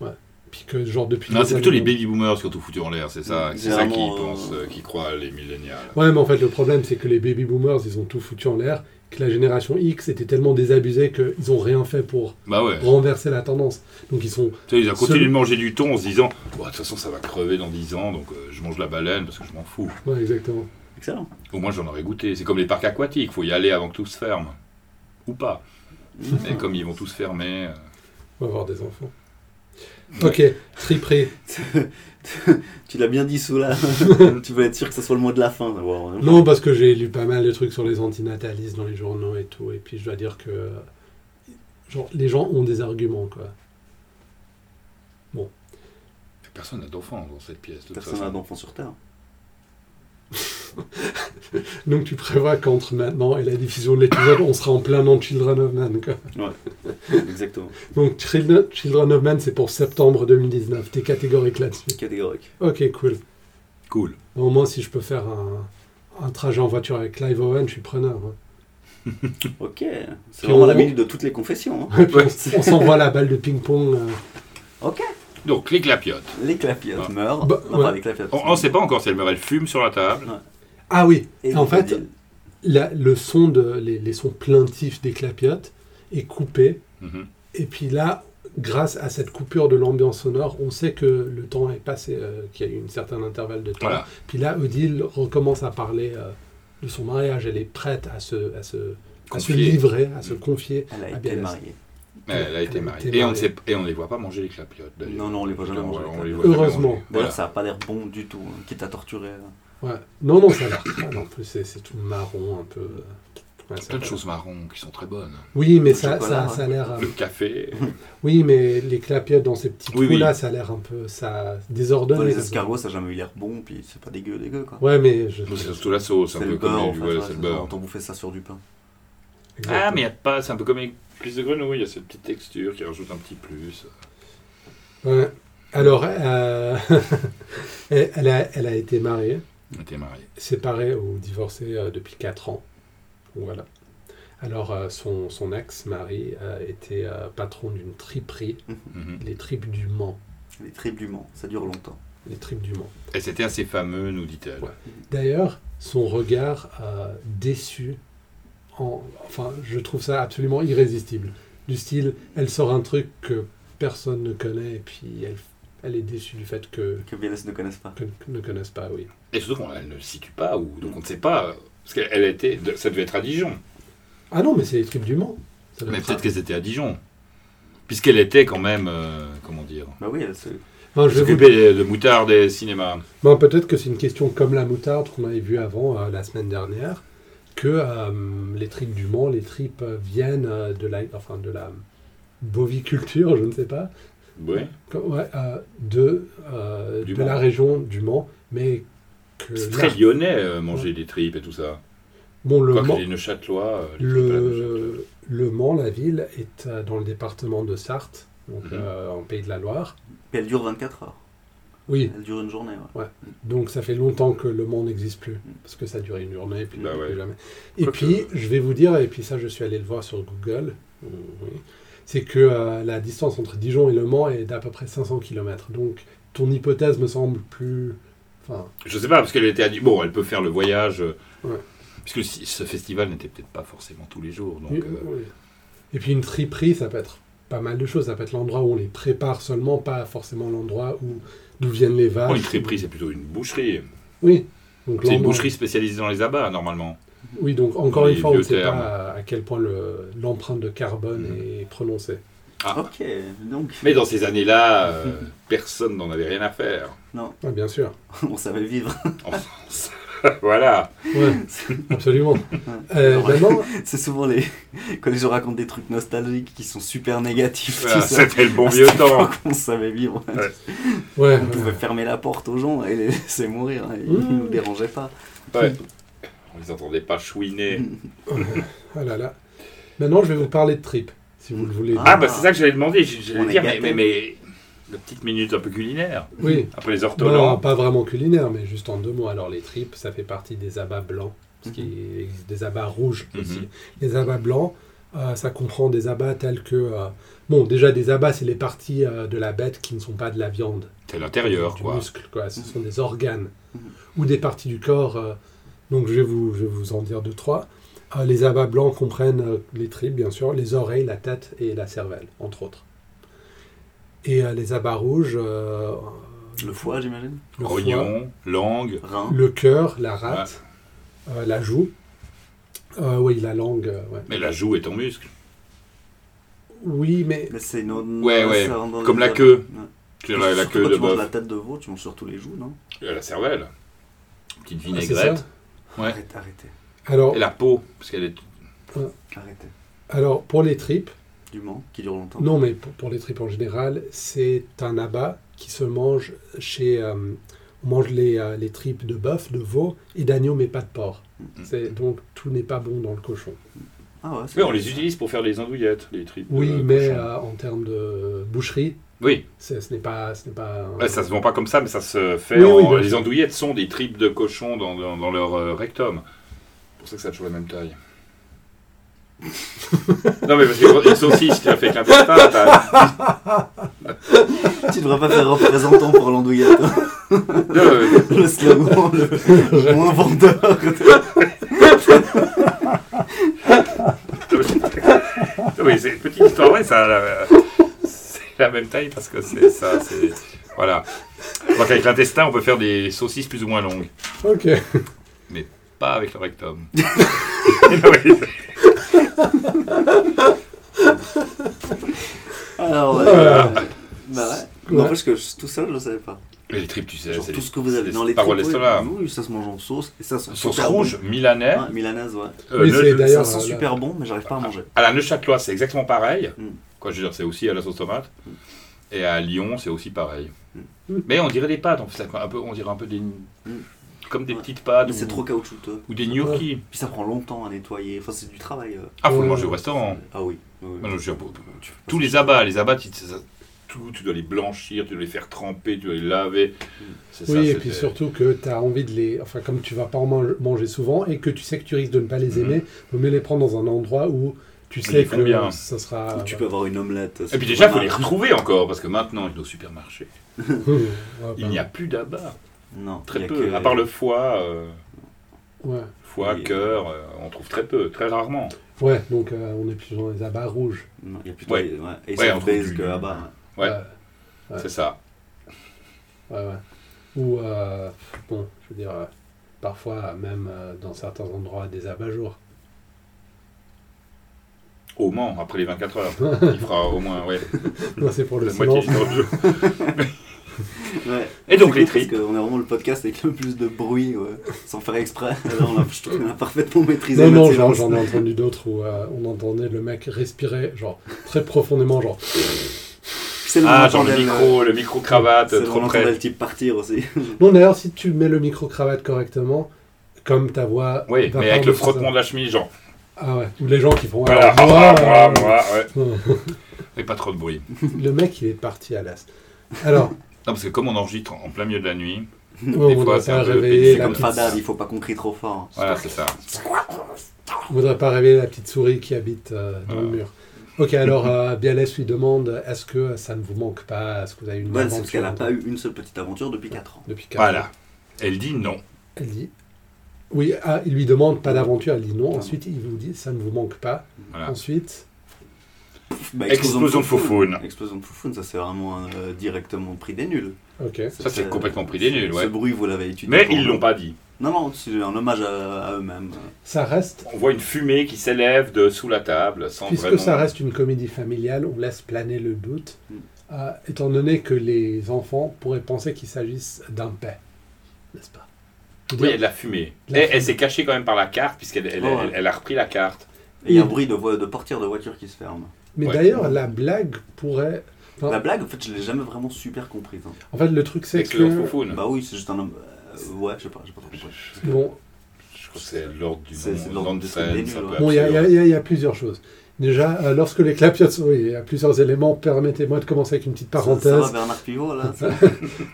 Speaker 2: Ouais. Puis que genre depuis.
Speaker 3: Non,
Speaker 2: les
Speaker 3: c'est plutôt les
Speaker 2: années-
Speaker 3: baby boomers qui ont tout foutu en l'air, c'est ça. C'est ça qui
Speaker 1: Généralement, euh,
Speaker 3: pense, euh, qui croit les millénials.
Speaker 2: Ouais, mais en fait, le problème, c'est que les baby boomers, ils ont tout foutu en l'air, que la génération X était tellement désabusée qu'ils ont rien fait pour
Speaker 3: Bah ouais.
Speaker 2: renverser la tendance. Donc, ils sont.
Speaker 3: Tu sais, ils ont continué
Speaker 2: Celui-
Speaker 3: de manger du thon en se disant Bah, de toute façon, ça va crever dans 10 ans, donc euh, je mange la baleine parce que je m'en fous.
Speaker 2: Ouais, exactement.
Speaker 1: Excellent.
Speaker 3: Au moins, j'en aurais goûté. C'est comme les parcs aquatiques, faut y aller avant que tout se ferme. Ou pas. Et comme ils vont tous fermer. euh,
Speaker 2: On va avoir des enfants. Ok, tripré.
Speaker 1: tu l'as bien dit sous là. tu veux être sûr que ce soit le mot de la fin. d'abord.
Speaker 2: Non, parce que j'ai lu pas mal de trucs sur les antinatalistes dans les journaux et tout, et puis je dois dire que. euh, Genre, les gens ont des arguments, quoi.
Speaker 3: Personne n'a d'enfant dans cette pièce. De toute
Speaker 1: Personne n'a
Speaker 3: façon.
Speaker 1: d'enfant sur Terre.
Speaker 2: Donc, tu prévois qu'entre maintenant et la diffusion de l'épisode, on sera en plein dans Children of Man, quoi.
Speaker 1: Exactement.
Speaker 2: Donc, Children Children of Man, c'est pour septembre 2019. T'es catégorique là-dessus.
Speaker 1: Catégorique.
Speaker 2: Ok, cool.
Speaker 3: Cool.
Speaker 2: Au moins, si je peux faire un, un trajet en voiture avec Clive Owen, je suis preneur. hein.
Speaker 1: Ok. C'est
Speaker 2: Puis
Speaker 1: vraiment
Speaker 2: on-
Speaker 1: la minute de toutes les confessions. hein.
Speaker 2: Et puis, on on s'envoie la balle de ping-pong. euh.
Speaker 1: Ok.
Speaker 3: Donc, les clapiotes.
Speaker 1: Les clapiotes
Speaker 3: Ah.
Speaker 1: meurent.
Speaker 2: Bah,
Speaker 1: non,
Speaker 2: ouais.
Speaker 1: pas les clapiotes.
Speaker 3: On ne sait pas encore si elle meurt, elle fume sur la table.
Speaker 2: Ah oui,
Speaker 1: Et
Speaker 2: en
Speaker 1: les
Speaker 2: fait,
Speaker 1: crocodiles.
Speaker 2: la- le son de, les, les sons plaintifs des clapiotes est coupé.
Speaker 3: Mhm.
Speaker 2: Et puis là, grâce à cette coupure de l'ambiance sonore, on sait que le temps est passé, euh, qu'il y a eu une certaine intervalle de temps.
Speaker 3: Voilà.
Speaker 2: Puis là, Odile recommence à parler euh, de son mariage. Elle est prête à se, à se, à se
Speaker 3: Confiée.
Speaker 2: livrer, à se
Speaker 3: Mm.
Speaker 2: confier.
Speaker 1: elle a
Speaker 2: Ah,
Speaker 1: été
Speaker 2: bien, là,
Speaker 1: mariée.
Speaker 3: Mais Elle a été
Speaker 2: Elle a
Speaker 3: mariée.
Speaker 2: été
Speaker 3: Et on ne
Speaker 2: mariée.
Speaker 3: sait- et on ne les voit pas manger les clapiotes. d'ailleurs.
Speaker 1: Non, non, on les voit jamais
Speaker 3: On-
Speaker 1: manger.
Speaker 3: on
Speaker 1: les
Speaker 3: les
Speaker 1: clapiotes.
Speaker 3: voit jamais
Speaker 2: Heureusement.
Speaker 3: manger. Voilà.
Speaker 1: D'ailleurs, ça a pas l'air bon du tout, hein, quitte à torturer. hein.
Speaker 2: Ouais. Non, non, ça a l'air crade en plus. C'est c'est tout marron un peu. euh. Ouais, ça
Speaker 3: Plein
Speaker 2: a
Speaker 3: de
Speaker 2: l'air-
Speaker 3: choses marrons qui sont très bonnes.
Speaker 2: Oui, mais
Speaker 1: Le
Speaker 2: ça,
Speaker 1: chocolat,
Speaker 2: ça, ça a l'air.
Speaker 1: Ah.
Speaker 2: euh,
Speaker 3: Le café.
Speaker 2: Oui, mais les clapiotes dans ces petits
Speaker 3: Oui,
Speaker 2: trous là,
Speaker 3: oui.
Speaker 2: ça a l'air un peu, ça
Speaker 1: Toi,
Speaker 2: désordonné.
Speaker 1: les escargots, ça a jamais eu l'air bon, puis c'est pas dégueu, dégueu quoi.
Speaker 2: Ouais, mais je.
Speaker 3: C'est surtout la sauce, un
Speaker 1: C'est
Speaker 3: peu
Speaker 1: le
Speaker 3: comme
Speaker 1: beurre, en
Speaker 3: les-
Speaker 1: fait.
Speaker 3: voilà,
Speaker 1: ouais,
Speaker 3: c'est le
Speaker 1: ça,
Speaker 3: beurre.
Speaker 1: T'en bouffais ça sur du pain.
Speaker 3: Ah, mais y a pas, c'est un peu comme les cuisses de grenouille, il y a cette petite texture qui rajoute un petit plus.
Speaker 2: Ouais. Alors, euh, elle, elle a, elle a été mariée,
Speaker 3: On était mariés.
Speaker 2: séparée ou divorcée euh, depuis 4 ans. Donc, Voilà. Alors, euh, son, son ex-mari euh, était euh, patron d'une triperie,
Speaker 3: Mhm.
Speaker 2: les tripes du Mans.
Speaker 1: Les tripes du Mans, ça dure longtemps.
Speaker 2: Les tripes du Mans.
Speaker 3: Et c'était assez fameux, nous dit-elle.
Speaker 2: Ouais. D'ailleurs, son regard euh, déçu, en- enfin, je trouve ça absolument irrésistible. Du style, elle sort un truc que personne ne connaît, et puis elle, elle est déçue du fait que,
Speaker 1: Que Vélez ne connaisse pas.
Speaker 2: que ne connaissent pas, oui.
Speaker 3: Et surtout qu'on elle ne le situe pas, ou donc on ne sait pas. euh, Parce qu'elle était. de- Ça devait être à Dijon.
Speaker 2: Ah non, mais c'est les tripes du Mans. Ça doit
Speaker 3: Mais
Speaker 2: être-
Speaker 3: peut-être que c'était à Dijon. Puisqu'elle était quand même. euh, comment dire
Speaker 1: Bah oui, elle se...
Speaker 2: Non, je vais vous-
Speaker 3: S'occupait de moutarde et cinéma.
Speaker 2: Bon, peut-être que c'est une question comme la moutarde qu'on avait vue avant euh, la semaine dernière, que euh, les tripes du Mans, les tripes euh, viennent euh, de la, enfin de la boviculture, je ne sais pas,
Speaker 3: Oui.
Speaker 2: que- ouais, euh, de, euh,
Speaker 3: Du
Speaker 2: de
Speaker 3: Mans.
Speaker 2: la région du Mans, mais que
Speaker 3: C'est
Speaker 2: là-
Speaker 3: très lyonnais, euh, manger des tripes et tout ça.
Speaker 2: bon le
Speaker 3: Quoi que
Speaker 2: Mans,
Speaker 3: les Neuchâtelois. euh, les tripes à la Neuchâtelois.
Speaker 2: le, le Mans, la ville est euh, dans le département de Sarthe, donc
Speaker 3: Mhm.
Speaker 2: euh, en Pays de la Loire.
Speaker 1: Puis elle dure 24 heures.
Speaker 2: Oui,
Speaker 1: Elle dure une journée. ouais.
Speaker 2: Donc ça fait longtemps que Le Mans n'existe plus, parce que ça durait une journée, et puis
Speaker 3: Bah
Speaker 2: plus
Speaker 3: ouais.
Speaker 2: jamais. Et
Speaker 3: Quoique- euh,
Speaker 2: puis, je vais vous dire, et puis ça je suis allé le voir sur Google, euh, oui, c'est que euh, la distance entre Dijon et Le Mans est d'à peu près 500 km. Donc ton hypothèse me semble plus... Enfin,
Speaker 3: Je sais pas, parce qu'elle était à Dijon. Bon, elle peut faire le voyage. euh,
Speaker 2: Ouais.
Speaker 3: Puisque si- ce festival n'était peut-être pas forcément tous les jours. Donc,
Speaker 2: oui,
Speaker 3: euh,
Speaker 2: oui. Et puis une triperie, ça peut être pas mal de choses. Ça peut être l'endroit où on les prépare seulement, pas forcément l'endroit où d'où viennent les vaches.
Speaker 3: oh, une triperie, c'est plutôt une boucherie.
Speaker 2: Oui. Donc,
Speaker 3: C'est une
Speaker 2: l'endroit-
Speaker 3: boucherie spécialisée dans les abats, normalement.
Speaker 2: Oui, donc encore
Speaker 3: Les
Speaker 2: une fois, on ne
Speaker 3: vieux
Speaker 2: sait
Speaker 3: termes. Mm.
Speaker 2: pas à quel point le- l'empreinte de carbone est prononcée.
Speaker 3: Ah.
Speaker 1: Ok, donc.
Speaker 3: Mais dans ces années-là, euh, personne n'en avait rien à faire.
Speaker 2: Ah, bien sûr.
Speaker 1: On savait vivre.
Speaker 3: En France. voilà.
Speaker 2: Ouais, absolument. Euh,
Speaker 1: Alors,
Speaker 2: maintenant,
Speaker 1: C'est souvent les. Quand les gens racontent des trucs nostalgiques qui sont super négatifs,
Speaker 3: Voilà,
Speaker 1: tout ça.
Speaker 3: C'était Ah, le bon
Speaker 1: À
Speaker 3: vieux
Speaker 1: cette
Speaker 3: temps.
Speaker 1: époque, On savait vivre.
Speaker 2: ouais,
Speaker 1: On pouvait
Speaker 2: ouais.
Speaker 1: fermer la porte aux gens et les laisser mourir. hein. Ils
Speaker 2: Mmh.
Speaker 1: nous dérangeaient pas.
Speaker 3: Ouais. On les entendait pas chouiner.
Speaker 2: Ah là là. Maintenant, je vais vous parler de trip, si vous le voulez.
Speaker 1: Ah.
Speaker 3: Ah, bah c'est ça que j'allais demander. J-
Speaker 1: On
Speaker 3: J'allais
Speaker 1: est
Speaker 3: dire, mais,
Speaker 1: gâtés.
Speaker 3: mais, mais. La petite minute un peu culinaire.
Speaker 2: Oui.
Speaker 3: Après les
Speaker 2: Non,
Speaker 3: ortolans.
Speaker 2: pas vraiment culinaire, mais juste en deux mots. Alors, les tripes, ça fait partie des abats blancs, ce qui
Speaker 1: Mhm.
Speaker 2: existe des abats rouges aussi.
Speaker 3: Mhm.
Speaker 2: Les abats blancs, euh, ça comprend des abats tels que. euh, bon, déjà, des abats, c'est les parties euh, de la bête qui ne sont pas de la viande.
Speaker 3: C'est l'intérieur,
Speaker 2: du
Speaker 3: quoi.
Speaker 2: muscle, quoi. Ce sont des organes
Speaker 1: Mhm.
Speaker 2: ou des parties du corps. euh, donc je vais vous, je vais vous en dire deux, trois. Euh, les abats blancs comprennent euh, les tripes, bien sûr, les oreilles, la tête et la cervelle, entre autres. Et euh, les abats rouges, euh,
Speaker 1: Le foie, j'imagine.
Speaker 2: le foie,
Speaker 3: Rognon, langue.
Speaker 1: Rein.
Speaker 2: le cœur, la rate, euh, la joue. Euh, oui, la langue. euh, ouais.
Speaker 3: Mais la joue est en muscle.
Speaker 2: Oui, mais
Speaker 1: Mais c'est une autre-
Speaker 3: Ouais, ouais.
Speaker 1: ça rentre dans
Speaker 3: Comme
Speaker 1: les
Speaker 3: la
Speaker 1: autres.
Speaker 3: queue.
Speaker 1: Ouais.
Speaker 3: Tu as La, la
Speaker 1: Surtout
Speaker 3: queue
Speaker 1: quand
Speaker 3: de
Speaker 1: tu manges
Speaker 3: bœuf.
Speaker 1: la tête de veau, tu manges surtout les joues, non
Speaker 3: Et La cervelle. Petite
Speaker 2: ah, c'est
Speaker 3: vinaigrette.
Speaker 2: ça.
Speaker 3: Ouais.
Speaker 1: Arrête, arrêtez.
Speaker 2: Alors,
Speaker 3: Et la peau. Parce qu'elle est.
Speaker 1: Arrêtez.
Speaker 2: alors, pour les tripes,
Speaker 1: Du Mans, qui dure longtemps.
Speaker 2: Non, mais pour, pour les tripes en général, c'est un abat qui se mange chez. euh, on mange les, euh, les tripes de bœuf, de veau et d'agneau, mais pas de porc. C'est- Donc tout n'est pas bon dans le cochon.
Speaker 1: Ah ouais, c'est
Speaker 3: Oui, on
Speaker 1: vrai.
Speaker 3: les utilise pour faire des andouillettes, les tripes.
Speaker 2: Oui,
Speaker 3: de
Speaker 2: mais
Speaker 3: cochon.
Speaker 2: euh, en termes de boucherie,
Speaker 3: Oui.
Speaker 2: c'est- ce n'est pas. Ce n'est pas un-
Speaker 3: Ouais, ça se vend pas comme ça, mais ça se fait.
Speaker 2: Oui,
Speaker 3: en-
Speaker 2: oui, bien
Speaker 3: les
Speaker 2: sûr.
Speaker 3: andouillettes sont des tripes de cochon dans, dans- dans leur euh, rectum. C'est pour ça que ça a toujours la même taille. non, mais parce que une saucisse qui a fait qu'un l'intestin, t'as-
Speaker 1: Tu devrais pas faire représentant pour l'andouillette. hein.
Speaker 3: Non, euh,
Speaker 1: Le slogan, le moins vendeur.
Speaker 3: non, mais c'est petite histoire, ouais, ça a la- c'est la même taille parce que c'est ça. c'est- Voilà. Donc avec l'intestin, on peut faire des saucisses plus ou moins longues.
Speaker 2: Ok.
Speaker 3: Pas avec le rectum. Non, mais-
Speaker 1: Alors,
Speaker 2: Voilà.
Speaker 1: euh, bah ouais.
Speaker 2: Ouais.
Speaker 1: Non, parce que je- tout ça, je le savais pas.
Speaker 3: mais les tripes, tu sais,
Speaker 1: Genre,
Speaker 3: c'est
Speaker 1: tout
Speaker 3: des
Speaker 1: ce que vous avez
Speaker 3: c'est
Speaker 1: dans
Speaker 3: des
Speaker 1: les
Speaker 3: paroles
Speaker 1: tripes,
Speaker 3: d'Estola.
Speaker 1: oui, oui, ça se mange en sauce et ça sent
Speaker 3: sauces
Speaker 1: super bon.
Speaker 3: rouges milanais.
Speaker 1: Ouais, milanaises, ouais.
Speaker 3: euh,
Speaker 2: Oui,
Speaker 3: ne-
Speaker 2: c'est
Speaker 1: Ça
Speaker 2: d'ailleurs.
Speaker 1: sent
Speaker 2: euh, là-
Speaker 1: super bon, mais j'arrive pas à manger.
Speaker 3: À la Neuchâtelois, c'est exactement pareil.
Speaker 1: Mm.
Speaker 3: Quoi, je veux dire, c'est aussi à la sauce tomate.
Speaker 1: Mm.
Speaker 3: Et à Lyon, c'est aussi pareil.
Speaker 1: Mm.
Speaker 3: Mais on dirait des pâtes, en fait, ça, un peu, on dirait un peu des. Comme des
Speaker 1: Ouais.
Speaker 3: petites pâtes.
Speaker 1: Mais
Speaker 3: Ou,
Speaker 1: c'est trop caoutchouteux.
Speaker 3: ou des gnocchis.
Speaker 1: Puis ça prend longtemps à nettoyer. Enfin, c'est du travail. euh.
Speaker 3: Ah, faut le
Speaker 2: Ouais.
Speaker 3: manger au restaurant.
Speaker 1: Ah oui. oui, oui.
Speaker 3: Non, je veux dire, tous les abats, les abats, tu- ça- ça- tout- tout, tu dois les blanchir, tu dois les faire tremper, tu dois les laver.
Speaker 1: Mm.
Speaker 3: C'est ça,
Speaker 2: Oui, et
Speaker 3: c'était-
Speaker 2: puis surtout que tu as envie de les. Enfin, comme tu vas pas en man- manger souvent et que tu sais que tu risques de ne pas les
Speaker 3: Mhm.
Speaker 2: aimer, vaut mieux les prendre dans un endroit où tu sais
Speaker 3: les font
Speaker 2: que
Speaker 3: bien.
Speaker 2: ça sera.
Speaker 1: Ou tu peux avoir une omelette. euh,
Speaker 3: Et puis déjà, il faut les retrouver encore, parce que maintenant, il est au supermarché.
Speaker 2: Ouais, ben.
Speaker 3: Il n'y a plus d'abat.
Speaker 1: Non, il y
Speaker 3: Très
Speaker 1: a
Speaker 3: peu.
Speaker 1: que-
Speaker 3: À part le foie, euh,
Speaker 2: Ouais.
Speaker 3: foie,
Speaker 1: Oui.
Speaker 3: cœur, euh, on trouve très peu, très rarement.
Speaker 2: bah, Ouais, donc euh, on est plus dans les abats rouges.
Speaker 1: Non, il y a plutôt
Speaker 3: Ouais.
Speaker 1: les- ouais. et ça
Speaker 3: Ouais, on trouve
Speaker 1: baise
Speaker 3: du-
Speaker 1: que là-bas.
Speaker 3: Ouais.
Speaker 2: Euh, Ouais.
Speaker 3: C'est ça.
Speaker 2: Ouais, ouais. Ou, euh, bon, je veux dire, euh, parfois, même euh, dans certains endroits, des abat-jours.
Speaker 3: Au Mans, après les 24 heures. Il fera au moins, ouais,
Speaker 2: Non, c'est pour le
Speaker 3: la moitié
Speaker 2: silence.
Speaker 3: du temps de jeu.
Speaker 1: Ouais.
Speaker 3: Et donc
Speaker 1: C'est cool
Speaker 3: les
Speaker 1: parce
Speaker 3: tripes.
Speaker 1: qu'on est vraiment le podcast avec le plus de bruit, ouais, sans faire exprès. Là, on a, je trouve qu'on a parfaitement maîtrisé
Speaker 2: Non,
Speaker 1: notre
Speaker 2: non, genre,
Speaker 1: silence.
Speaker 2: j'en ai entendu d'autres où euh, on entendait le mec respirer, genre, très profondément, genre.
Speaker 1: C'est le
Speaker 3: Ah,
Speaker 1: moment
Speaker 3: genre le
Speaker 1: d'elle,
Speaker 3: micro, le
Speaker 1: C'est
Speaker 3: micro-cravate,
Speaker 1: le
Speaker 3: trop
Speaker 1: moment
Speaker 3: près.
Speaker 1: d'elle type partir aussi.
Speaker 2: Non, d'ailleurs, si tu mets le micro-cravate correctement, comme ta voix.
Speaker 3: Oui,
Speaker 2: va
Speaker 3: mais
Speaker 2: pas
Speaker 3: avec le
Speaker 2: au-dessus
Speaker 3: frottement
Speaker 2: de-
Speaker 3: de la chemise, genre.
Speaker 2: Ah ouais, ou les gens qui font.
Speaker 3: Voilà,
Speaker 2: ah,
Speaker 3: moi,
Speaker 2: ah,
Speaker 3: moi, moi, ouais.
Speaker 2: Non,
Speaker 3: Et pas trop de bruit.
Speaker 2: Le mec, il est parti à l'as. Alors,
Speaker 3: Non, parce que comme on enregistre en plein milieu de la nuit,
Speaker 2: on
Speaker 3: fois,
Speaker 2: voudrait
Speaker 3: c'est
Speaker 2: pas
Speaker 3: un peu
Speaker 2: réveiller
Speaker 1: C'est
Speaker 3: la
Speaker 1: comme
Speaker 2: la petite-
Speaker 1: Fadad, il faut pas qu'on crie trop fort.
Speaker 3: voilà, c'est ça.
Speaker 2: on voudrait pas réveiller la petite souris qui habite euh, dans le
Speaker 3: Voilà.
Speaker 2: mur. Ok, alors euh, Bialès lui demande est-ce que ça ne vous manque pas Est-ce que vous avez une
Speaker 1: Ouais, c'est parce
Speaker 2: aventure
Speaker 1: qu'elle a pas eu une seule petite aventure depuis 4 ans.
Speaker 2: depuis quatre ans
Speaker 3: Voilà. Elle dit non.
Speaker 2: Elle dit oui, ah, il lui demande pas d'aventure, elle dit non. Ensuite, il vous dit ça ne vous manque pas.
Speaker 3: Voilà.
Speaker 2: Ensuite,
Speaker 1: Bah,
Speaker 3: Explosion de foufoune.
Speaker 1: Explosion de foufoune, ça c'est vraiment euh, directement pris des nuls.
Speaker 2: ok.
Speaker 3: Ça, c'est complètement pris des nuls,
Speaker 1: Ce
Speaker 3: ouais.
Speaker 1: bruit, vous l'avez étudié.
Speaker 3: Mais
Speaker 1: pour-
Speaker 3: ils l'ont pas dit.
Speaker 1: Non, non, c'est un hommage à, à eux-mêmes.
Speaker 2: Ça reste
Speaker 3: On voit une fumée qui s'élève de sous la table, sans
Speaker 2: Puisque
Speaker 3: vraiment.
Speaker 2: ça reste une comédie familiale, on laisse planer le doute,
Speaker 1: Mm.
Speaker 2: euh, étant donné que les enfants pourraient penser qu'il s'agisse d'un paix, n'est-ce pas
Speaker 3: Oui, il y a de la fumée.
Speaker 2: La
Speaker 3: Et
Speaker 2: fumée.
Speaker 3: elle s'est cachée quand même par la carte, puisqu'elle elle,
Speaker 1: Oh, ouais.
Speaker 3: elle- elle a repris la carte.
Speaker 1: Et il y a un
Speaker 2: Il-
Speaker 1: bruit de, voie- de portière de voiture qui se ferme.
Speaker 2: Mais
Speaker 3: Ouais.
Speaker 2: d'ailleurs, la blague pourrait... enfin,
Speaker 1: La blague, en fait, je l'ai jamais vraiment super comprise. hein.
Speaker 2: en fait, le truc, c'est
Speaker 3: Avec le
Speaker 2: que...
Speaker 3: foufoune.
Speaker 1: Bah oui, c'est juste un homme. euh, ouais, je sais pas, j'ai pas trop
Speaker 3: Je,
Speaker 1: compris.
Speaker 3: je-
Speaker 2: Bon,
Speaker 3: je crois que c'est l'ordre du
Speaker 1: C'est- c'est l'ordre
Speaker 3: l'ordre
Speaker 1: du
Speaker 3: de scène,
Speaker 1: scène,
Speaker 3: ça
Speaker 1: ouais.
Speaker 3: peut
Speaker 2: bon, il y, a- il y a-
Speaker 3: absolument.
Speaker 2: il y a- il y a plusieurs choses. Déjà, euh, lorsque les clapiotes sont... Oui, il y a plusieurs éléments. Permettez-moi de commencer avec une petite
Speaker 1: Ça-
Speaker 2: parenthèse.
Speaker 1: Ça, va, Bernard Pivot, là ça-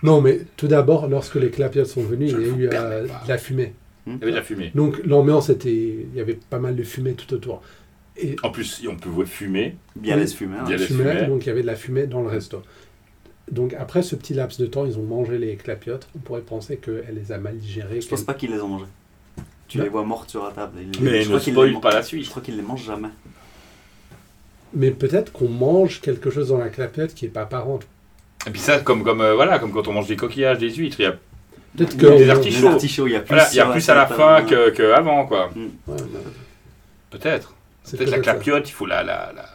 Speaker 2: Non, mais tout d'abord, lorsque les clapiotes sont venus,
Speaker 3: Je
Speaker 2: il y a
Speaker 3: vous
Speaker 2: eu
Speaker 3: permets
Speaker 2: euh,
Speaker 3: pas.
Speaker 2: de la fumée.
Speaker 3: Il y avait de la fumée.
Speaker 2: Donc l'ambiance était... Il y avait pas mal de fumée tout autour. Et
Speaker 3: En plus, on pouvait fumer.
Speaker 1: Bien laisse fumer. hein.
Speaker 3: Bien- Il y avait
Speaker 2: fumait,
Speaker 3: de la fumée.
Speaker 2: donc il y avait de la fumée dans le resto. Donc après ce petit laps de temps, ils ont mangé les clapiotes. On pourrait penser qu'elle les a mal digérées.
Speaker 1: Je pense pas qu'il les a mangés. Tu
Speaker 2: Non.
Speaker 1: les vois mortes sur la table. Il-
Speaker 3: Mais
Speaker 1: je
Speaker 3: ne
Speaker 1: crois qu'il les
Speaker 3: spoil
Speaker 1: mange-
Speaker 3: pas la
Speaker 1: Je
Speaker 3: suite.
Speaker 1: crois qu'il les mange jamais.
Speaker 2: Mais peut-être qu'on mange quelque chose dans la clapiote qui n'est pas apparente.
Speaker 3: Et puis ça, comme, comme, euh, voilà, comme quand on mange des coquillages, des huîtres, il y a,
Speaker 2: Peut-être
Speaker 1: Il y a
Speaker 2: que...
Speaker 3: des
Speaker 2: on-
Speaker 3: artichauts.
Speaker 1: Les artichauts, il y a plus,
Speaker 3: voilà, il y a
Speaker 1: sur
Speaker 3: plus à la
Speaker 1: table,
Speaker 3: fin
Speaker 1: hein.
Speaker 3: que- qu'avant, quoi.
Speaker 2: Ouais, ouais.
Speaker 3: Peut-être.
Speaker 2: C'est
Speaker 3: Peut-être la
Speaker 2: peut-être ça.
Speaker 3: clapiote, il faut la, la, la,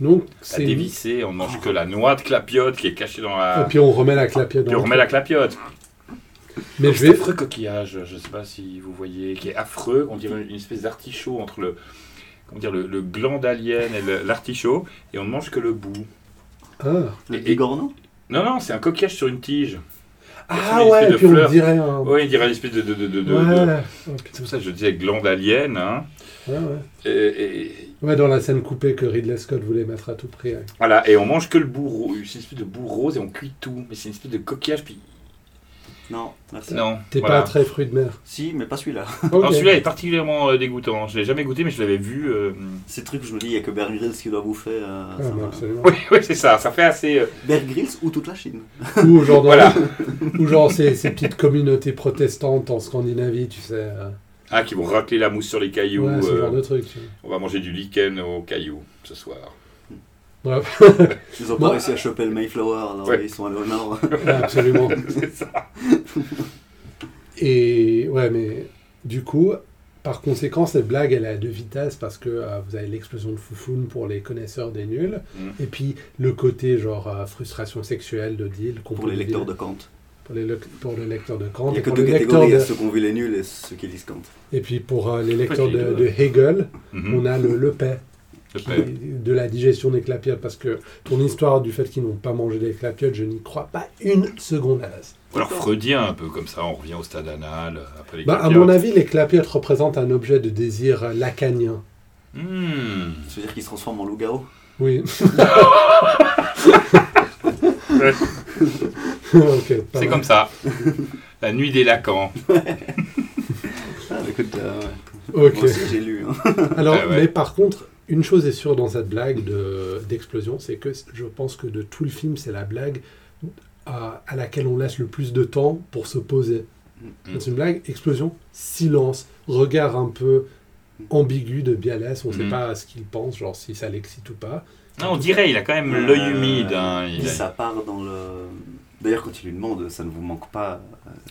Speaker 2: Donc
Speaker 3: la
Speaker 2: c'est... Et
Speaker 3: dévisser. On ne mange que la noix de clapiote qui est cachée dans la.
Speaker 2: puis on remet la clapiote
Speaker 3: Puis
Speaker 2: dans
Speaker 3: on
Speaker 2: le
Speaker 3: remet la clapiote.
Speaker 2: truc. Mais je
Speaker 3: C'est
Speaker 2: vais...
Speaker 3: affreux coquillage, je sais pas si vous voyez, qui est affreux. On dirait une espèce d'artichaut entre le, comment dire, le, le gland d'alien et le- l'artichaut, et on ne mange que le bout.
Speaker 2: Ah,
Speaker 1: Le
Speaker 3: Et-
Speaker 1: bigorneau
Speaker 3: Non, non, c'est un coquillage sur une tige.
Speaker 2: Ah
Speaker 3: une
Speaker 2: ouais,
Speaker 3: espèce
Speaker 2: et
Speaker 3: de
Speaker 2: puis on
Speaker 3: fleur.
Speaker 2: dirait un... Ouais,
Speaker 3: Oui, il dirait une espèce de. de, de, de- de-
Speaker 2: Oh,
Speaker 3: C'est
Speaker 2: putain.
Speaker 3: pour ça que je disais gland d'alien. Hein.
Speaker 2: Ouais, ouais.
Speaker 3: Et, et-
Speaker 2: Ouais, dans la scène coupée que Ridley Scott voulait mettre à tout prix. ouais.
Speaker 3: voilà, et on mange que le bout rose. C'est une espèce de bout rose et on cuit tout. Mais c'est une espèce de coquillage. Puis...
Speaker 1: Non, merci.
Speaker 3: Non,
Speaker 2: T'es
Speaker 3: voilà.
Speaker 2: pas très fruit de mer.
Speaker 1: Si, mais pas celui-là.
Speaker 3: Non,
Speaker 2: Ok.
Speaker 3: celui-là est particulièrement euh, dégoûtant. Je l'ai jamais goûté, mais je l'avais vu. euh,
Speaker 1: Ces trucs, je me dis, il y a que Bear Grylls qui doit bouffer. euh,
Speaker 2: Ah,
Speaker 1: ça
Speaker 2: non,
Speaker 1: va.
Speaker 2: absolument.
Speaker 3: Oui, oui, c'est ça. Ça fait assez. euh,
Speaker 1: Bear Grylls ou toute la Chine
Speaker 2: Ou genre, dans-
Speaker 3: Voilà.
Speaker 2: ou genre ces, ces petites communautés protestantes en Scandinavie, tu sais. euh.
Speaker 3: Ah, qui vont racler la mousse sur les cailloux.
Speaker 2: Ouais, ce
Speaker 3: euh,
Speaker 2: genre de truc. tu vois.
Speaker 3: On va manger du lichen au caillou ce soir.
Speaker 2: Bref,
Speaker 1: Ils ont pas
Speaker 2: Moi-
Speaker 1: réussi à choper le Mayflower, alors
Speaker 3: Ouais.
Speaker 1: ils sont allés au nord.
Speaker 2: absolument.
Speaker 3: C'est ça.
Speaker 2: Et ouais, mais du coup, par conséquent, cette blague, elle est à deux vitesses parce que euh, vous avez l'explosion de foufoune pour les connaisseurs des nuls,
Speaker 3: Mm.
Speaker 2: et puis le côté genre euh, frustration sexuelle de deal qu'on
Speaker 1: Pour
Speaker 2: peut
Speaker 1: les lecteurs
Speaker 2: deviner-
Speaker 1: de Kant.
Speaker 2: pour, les lec- pour le lecteur de Kant,
Speaker 1: Il y a
Speaker 2: et
Speaker 1: que
Speaker 2: pour
Speaker 1: deux
Speaker 2: les lecteurs
Speaker 1: catégories, hein. il y a
Speaker 2: de-
Speaker 1: ceux qui ont vu les nuls et ceux qui lisent Kant.
Speaker 2: et puis pour euh, les lecteurs
Speaker 3: les
Speaker 2: de,
Speaker 3: deux.
Speaker 2: de Hegel,
Speaker 3: Mhm.
Speaker 1: Mm.
Speaker 2: on a le Le Pen.
Speaker 3: Le
Speaker 2: qui-
Speaker 3: père.
Speaker 2: de la digestion des clapiotes parce que ton histoire du fait qu'ils n'ont pas mangé des clapiotes, je n'y crois pas une seconde à l'as.
Speaker 3: Ou alors freudien un peu comme ça, on revient au stade anal euh, après les
Speaker 2: Bah, à
Speaker 3: clapiotes.
Speaker 2: mon avis, les clapiotes représentent un objet de désir euh, lacanien.
Speaker 3: Hmm.
Speaker 1: Ça veut dire qu'ils se transforment en loup-garou.
Speaker 2: Oui. Ok, pas
Speaker 3: C'est
Speaker 2: mal.
Speaker 3: comme ça. La nuit des Lacans.
Speaker 1: Ah, bah, écoute, euh, ouais.
Speaker 2: Ok.
Speaker 1: moi aussi j'ai lu. hein.
Speaker 2: Alors,
Speaker 3: Ah ouais.
Speaker 2: mais par contre, une chose est sûre dans cette blague de- d'explosion, c'est que je pense que de tout le film, c'est la blague à, à laquelle on laisse le plus de temps pour se poser.
Speaker 3: Mhm.
Speaker 2: C'est une blague, explosion, silence, regard un peu ambigu de Bialès, on ne sait
Speaker 3: Mhm.
Speaker 2: pas ce qu'il pense, genre si ça l'excite ou pas.
Speaker 3: Non, on dirait, il a quand même l'œil humide. hein, il
Speaker 1: Puis
Speaker 3: a-
Speaker 1: Euh, ça part dans le. D'ailleurs, quand il lui demande, ça ne vous manque pas.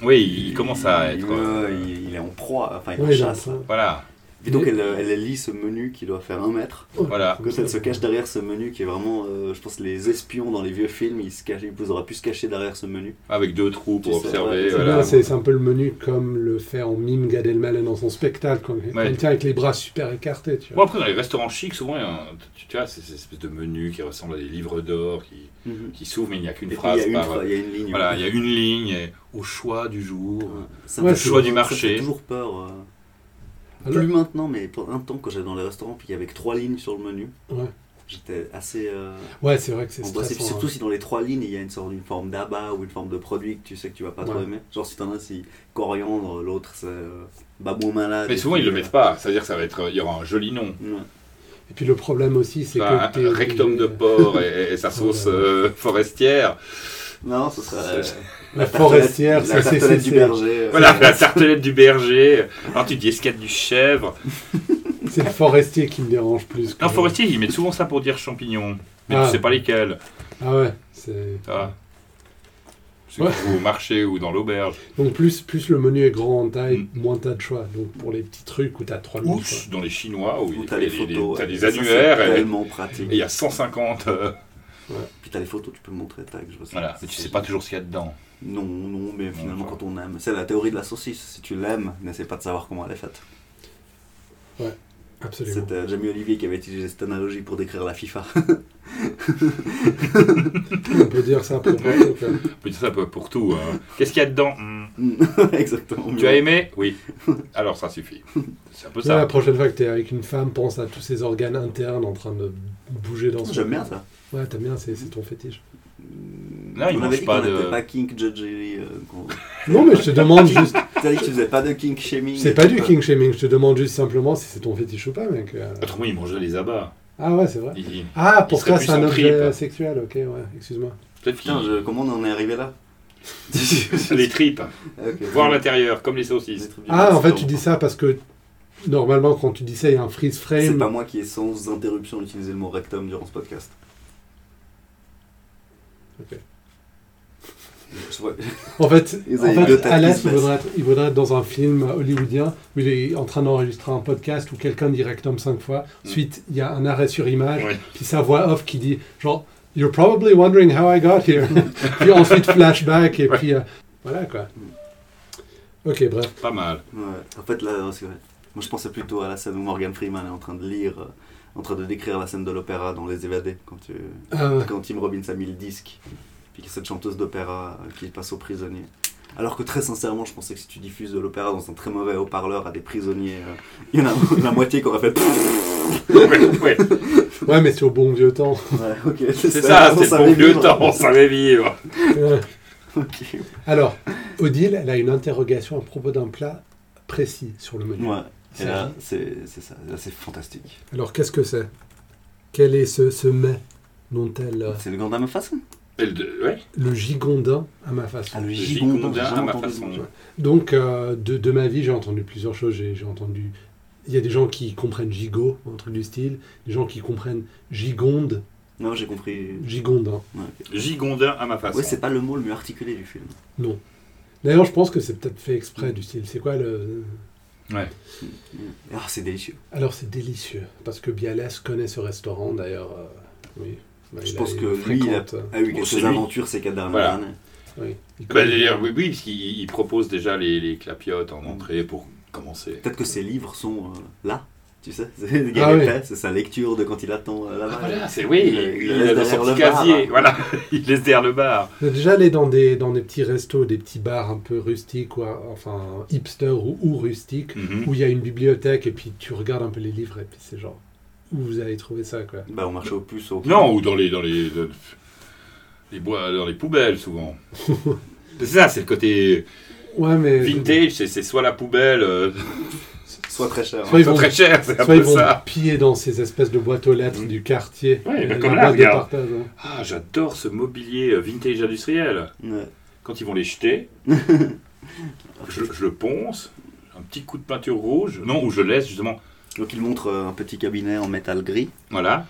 Speaker 3: Oui, il commence à
Speaker 1: il-
Speaker 3: être.
Speaker 1: ouais,
Speaker 3: euh,
Speaker 1: il, il est en proie, enfin, il est en
Speaker 2: Oui,
Speaker 1: chasse.
Speaker 2: donc,
Speaker 3: Voilà.
Speaker 1: Et donc, elle, elle lit ce menu qui doit faire un mètre.
Speaker 2: oh,
Speaker 3: Voilà.
Speaker 1: Quand elle se cache derrière ce menu qui est vraiment, euh, je pense, les espions dans les vieux films, ils, se cachent, ils auraient pu se cacher derrière ce menu.
Speaker 3: Avec deux trous
Speaker 1: C'est
Speaker 3: pour
Speaker 1: ça,
Speaker 3: observer.
Speaker 1: ouais,
Speaker 2: C'est
Speaker 3: voilà.
Speaker 2: bien, c'est c'est un peu le menu comme le fait en mime Gad Elmaleh dans son spectacle, comme, comme tiens, avec les bras super écartés. Tu
Speaker 3: Bon,
Speaker 2: vois.
Speaker 3: après, dans les restaurants chics, souvent, il y a un- tu, tu vois, c'est cette espèce de menu qui ressemble à des livres d'or qui, qui s'ouvrent, mais il n'y a qu'une
Speaker 1: Et puis, il y
Speaker 3: Mhm. phrase.
Speaker 1: a une,
Speaker 3: par-
Speaker 1: fra- il y a une ligne.
Speaker 3: Voilà, il y a une ligne et au choix du jour.
Speaker 1: Ça
Speaker 2: Ouais,
Speaker 1: me
Speaker 2: le
Speaker 1: fait
Speaker 3: choix du
Speaker 1: toujours- Ça
Speaker 3: marché.
Speaker 1: me fait toujours peur. euh.
Speaker 2: Alors-
Speaker 1: Plus maintenant, mais pour un temps, quand j'allais dans les restaurants, puis il y avait que trois lignes sur le menu,
Speaker 2: Ouais,
Speaker 1: j'étais assez. euh,
Speaker 2: ouais c'est vrai que c'est
Speaker 1: En principe,
Speaker 2: stressant.
Speaker 1: surtout
Speaker 2: hein.
Speaker 1: si dans les trois lignes il y a une sorte d'une forme d'abat ou une forme de produit que tu sais que tu vas pas trop
Speaker 2: Ouais.
Speaker 1: aimer. Genre si t'en as si coriandre, l'autre c'est euh, babou malade.
Speaker 3: Mais
Speaker 1: et
Speaker 3: souvent, ils
Speaker 1: puis,
Speaker 3: ne le mettent pas. C'est-à-dire que ça va être, il y aura un joli nom.
Speaker 1: euh, ouais.
Speaker 2: Et puis le problème aussi, c'est
Speaker 3: Enfin,
Speaker 2: que... t'es-
Speaker 3: Bah, un rectum de porc et, et sa sauce euh, forestière.
Speaker 1: Non, ce serait euh,
Speaker 2: La forestière,
Speaker 1: la
Speaker 2: ça c'est...
Speaker 1: tartelette du
Speaker 2: c'est-
Speaker 1: berger. euh,
Speaker 3: Voilà, la tartelette du berger. Alors tu te dis, est-ce qu'il y a du chèvre
Speaker 2: C'est le forestier qui me dérange plus. que-
Speaker 3: Non, forestier, ils mettent souvent ça pour dire champignons. Mais
Speaker 2: Ah.
Speaker 3: tu sais pas lesquels.
Speaker 2: Ah ouais, c'est...
Speaker 3: Ah. C'est
Speaker 2: Ouais.
Speaker 3: Au marché ou dans l'auberge.
Speaker 2: Donc plus, plus le menu est grand en taille,
Speaker 3: Mm.
Speaker 2: moins t'as de choix. Donc pour les petits trucs où t'as 3000
Speaker 3: Ou
Speaker 2: choix.
Speaker 3: dans les chinois où,
Speaker 1: où
Speaker 3: il
Speaker 1: t'as les
Speaker 3: il- il-
Speaker 1: photos.
Speaker 3: t'as
Speaker 1: ouais.
Speaker 3: des
Speaker 1: Ça, c'est
Speaker 3: annuaires et-
Speaker 1: tellement
Speaker 3: et
Speaker 1: pratique.
Speaker 3: il y a 150. euh,
Speaker 1: Puis t'as les photos, tu peux le montrer, tac, je vois ça.
Speaker 3: voilà, mais tu sais pas toujours ce qu'il y a dedans.
Speaker 1: Non, non, mais finalement
Speaker 3: ça va.
Speaker 1: quand on aime. C'est la théorie de la saucisse. Si tu l'aimes, n'essaie pas de savoir comment elle est faite.
Speaker 2: Absolument.
Speaker 1: C'était Jamie Olivier qui avait utilisé cette analogie pour décrire la FIFA.
Speaker 2: On peut dire ça à propos. en tout cas.
Speaker 3: On peut dire ça pour- pour tout. hein. Qu'est-ce qu'il y a dedans Hmm.
Speaker 1: Exactement.
Speaker 3: Tu as aimé Oui. Alors ça suffit. C'est un peu
Speaker 2: Ouais, la
Speaker 3: ça.
Speaker 2: prochaine fois que t'es avec une femme, pense à tous ses organes internes en train de bouger dans son
Speaker 1: Ah, J'aime bien
Speaker 2: corps.
Speaker 1: ça.
Speaker 2: Ouais, t'aimes bien, c'est c'est ton fétiche.
Speaker 3: Non, il
Speaker 1: on
Speaker 3: mange
Speaker 1: avait dit
Speaker 3: pas
Speaker 1: qu'on
Speaker 3: de-
Speaker 1: n'était pas kink judgy. euh, qu'on-
Speaker 2: Non, mais je te demande juste...
Speaker 1: T'as dit que tu faisais pas de kink shaming. Euh,
Speaker 2: C'est pas du king shaming, je te demande juste simplement si c'est ton fétiche ou pas, mec. Euh,
Speaker 3: Autrement, il mangeait les abats.
Speaker 2: Ah ouais, c'est vrai.
Speaker 3: Il-
Speaker 2: Ah,
Speaker 3: Il
Speaker 2: pour
Speaker 3: serait
Speaker 2: toi,
Speaker 3: plus
Speaker 2: c'est un
Speaker 3: en
Speaker 2: objet
Speaker 3: trip.
Speaker 2: sexuel, ok, ouais, excuse-moi.
Speaker 3: Peut-être qu'il-
Speaker 1: Putain, je- comment on en est arrivé là
Speaker 3: Les tripes,
Speaker 1: Ok.
Speaker 3: voir l'intérieur, comme les
Speaker 1: Des
Speaker 3: saucisses.
Speaker 1: trucs du
Speaker 2: Ah, en
Speaker 1: genre,
Speaker 2: fait,
Speaker 1: c'est
Speaker 2: tu
Speaker 1: bon.
Speaker 2: dis ça parce que normalement, quand tu dis ça, il y a un freeze
Speaker 1: C'est pas
Speaker 2: frame.
Speaker 1: moi qui ai sans interruption utilisé le mot rectum durant ce podcast.
Speaker 2: Ok.
Speaker 1: Je vois-
Speaker 2: En fait,
Speaker 1: Ils
Speaker 2: en
Speaker 1: avaient deux
Speaker 2: fait
Speaker 1: têtes
Speaker 2: Alas,
Speaker 1: qui se
Speaker 2: il
Speaker 1: baissent.
Speaker 2: voudrait, être, il voudrait être dans un film hollywoodien où il est en train d'enregistrer un podcast où quelqu'un dit rectum cinq fois.
Speaker 3: Mm.
Speaker 2: Ensuite, il y a un arrêt sur image,
Speaker 3: Ouais.
Speaker 2: puis sa voix off qui dit genre You're probably wondering how I got here. puis ensuite, flashback, et
Speaker 3: Ouais.
Speaker 2: puis euh, voilà quoi. Ok, bref.
Speaker 3: Pas mal.
Speaker 1: Ouais. En fait, là, c'est vrai. Moi, je pensais plutôt à la scène où Morgan Freeman est en train de lire, euh, en train de décrire la scène de l'opéra dans Les Évadés, quand, tu...
Speaker 2: Euh,
Speaker 1: quand Tim Robbins a mis le disque, puis que cette chanteuse d'opéra euh, qui passe aux prisonniers. Alors que très sincèrement, je pensais que si tu diffuses de l'opéra dans un très mauvais haut-parleur à des prisonniers, euh, il y en a la moitié qui aurait fait.
Speaker 3: Ouais, ouais.
Speaker 2: ouais, mais c'est au bon vieux temps.
Speaker 1: Ouais, ok,
Speaker 3: C'est ça,
Speaker 1: on
Speaker 3: c'est le
Speaker 1: savait
Speaker 3: bon vieux
Speaker 1: vivre.
Speaker 3: temps, on savait vivre.
Speaker 2: Ouais.
Speaker 1: Ok.
Speaker 2: Alors, Odile, elle a une interrogation à propos d'un plat précis sur le menu.
Speaker 1: Ouais. Et
Speaker 2: Ça
Speaker 1: là,
Speaker 2: dit.
Speaker 1: c'est c'est ça. Là, c'est fantastique.
Speaker 2: Alors, qu'est-ce que c'est Quel est ce, ce mets dont elle... euh,
Speaker 1: C'est le Gundam façon.
Speaker 3: Et le- ouais.
Speaker 2: Le gigondin, à ma façon.
Speaker 1: Ah, le
Speaker 3: Gigondin,
Speaker 1: j'ai
Speaker 3: à ma
Speaker 1: entendu
Speaker 3: façon.
Speaker 1: le nom.
Speaker 2: Donc, euh, de, de ma vie, j'ai entendu plusieurs choses. J'ai j'ai entendu... Il y a des gens qui comprennent gigot, un truc du style. Des gens qui comprennent gigonde, hein.
Speaker 1: Non, j'ai compris.
Speaker 2: gigondin.
Speaker 1: Ouais, ok.
Speaker 3: Gigondin à ma façon.
Speaker 1: Ouais, c'est pas le mot le mieux articulé du film.
Speaker 2: D'ailleurs, je pense que c'est peut-être fait exprès, du style. C'est quoi le...
Speaker 1: Ah, c'est délicieux.
Speaker 2: Alors, c'est délicieux. Parce que Bialès connaît ce restaurant, d'ailleurs. euh, oui. Bah,
Speaker 1: Je
Speaker 2: il a-
Speaker 1: pense
Speaker 2: il
Speaker 1: que lui,
Speaker 2: fréquente,
Speaker 1: il a-
Speaker 2: euh,
Speaker 1: Ah oui,
Speaker 3: Bon,
Speaker 1: quelques
Speaker 3: c'est lui.
Speaker 1: aventures ces quatre dernières
Speaker 3: Voilà.
Speaker 1: années.
Speaker 2: oui. Il
Speaker 3: Bah,
Speaker 2: connaît-
Speaker 3: d'ailleurs, oui, oui, parce qu'il il propose déjà les, les clapiotes en entrée pour commencer.
Speaker 1: Peut-être que ses livres sont euh, là, tu sais. C'est le
Speaker 2: Ah
Speaker 1: gars est
Speaker 2: oui.
Speaker 1: prêt, c'est sa lecture de quand il attend euh,
Speaker 2: Ah,
Speaker 1: là-bas.
Speaker 3: Voilà, c'est oui,
Speaker 1: Il-
Speaker 3: il,
Speaker 1: il
Speaker 3: a
Speaker 1: laisse
Speaker 3: dans
Speaker 1: derrière
Speaker 3: son
Speaker 1: le
Speaker 3: petit
Speaker 1: bar.
Speaker 3: casier, voilà, il laisse derrière le bar.
Speaker 2: Vous êtes déjà allé dans des, dans des petits restos, des petits bars un peu rustiques, ou, euh, enfin hipster ou, ou rustiques,
Speaker 1: Mhm.
Speaker 2: où il y a une bibliothèque et puis tu regardes un peu les livres et puis c'est genre, où vous allez trouver ça quoi
Speaker 1: Bah, on marchait au puce au.
Speaker 3: Non, ou dans les, dans les, les bois dans les poubelles souvent. c'est ça, c'est le côté
Speaker 2: Ouais, mais.
Speaker 3: vintage, c'est c'est soit la poubelle, euh,
Speaker 1: Soit très cher.
Speaker 2: euh, Soit ils
Speaker 3: soit
Speaker 2: vont-
Speaker 3: très cher, c'est un
Speaker 2: Soit ils
Speaker 3: peu
Speaker 2: vont
Speaker 3: ça.
Speaker 2: piller dans ces espèces de boîtes aux lettres
Speaker 3: Mhm.
Speaker 2: du quartier. euh,
Speaker 3: Ouais,
Speaker 2: La
Speaker 3: comme là,
Speaker 2: boîte de
Speaker 3: regarde.
Speaker 2: partage, hein.
Speaker 3: Ah, j'adore ce mobilier euh, vintage industriel.
Speaker 1: hein. Ouais.
Speaker 3: Quand ils vont les jeter, je, je le ponce, un petit coup de peinture rouge, non, ou je laisse justement,
Speaker 1: Donc il montre euh, un petit cabinet en métal gris,
Speaker 3: voilà.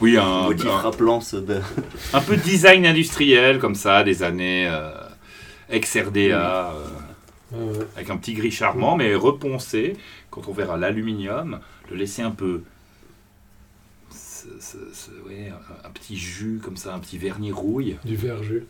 Speaker 3: Oui, un,
Speaker 1: motif
Speaker 3: un-
Speaker 1: rappelant ceux de...
Speaker 3: un peu design industriel comme ça, des années euh, ex-RDA, euh,
Speaker 2: Ouais, ouais.
Speaker 3: avec un petit gris charmant, mais reponcé, quand on verra l'aluminium, le laisser un peu. ce- ce- ce- ouais, un- un petit jus comme ça, un petit vernis rouille.
Speaker 2: Du verre jus.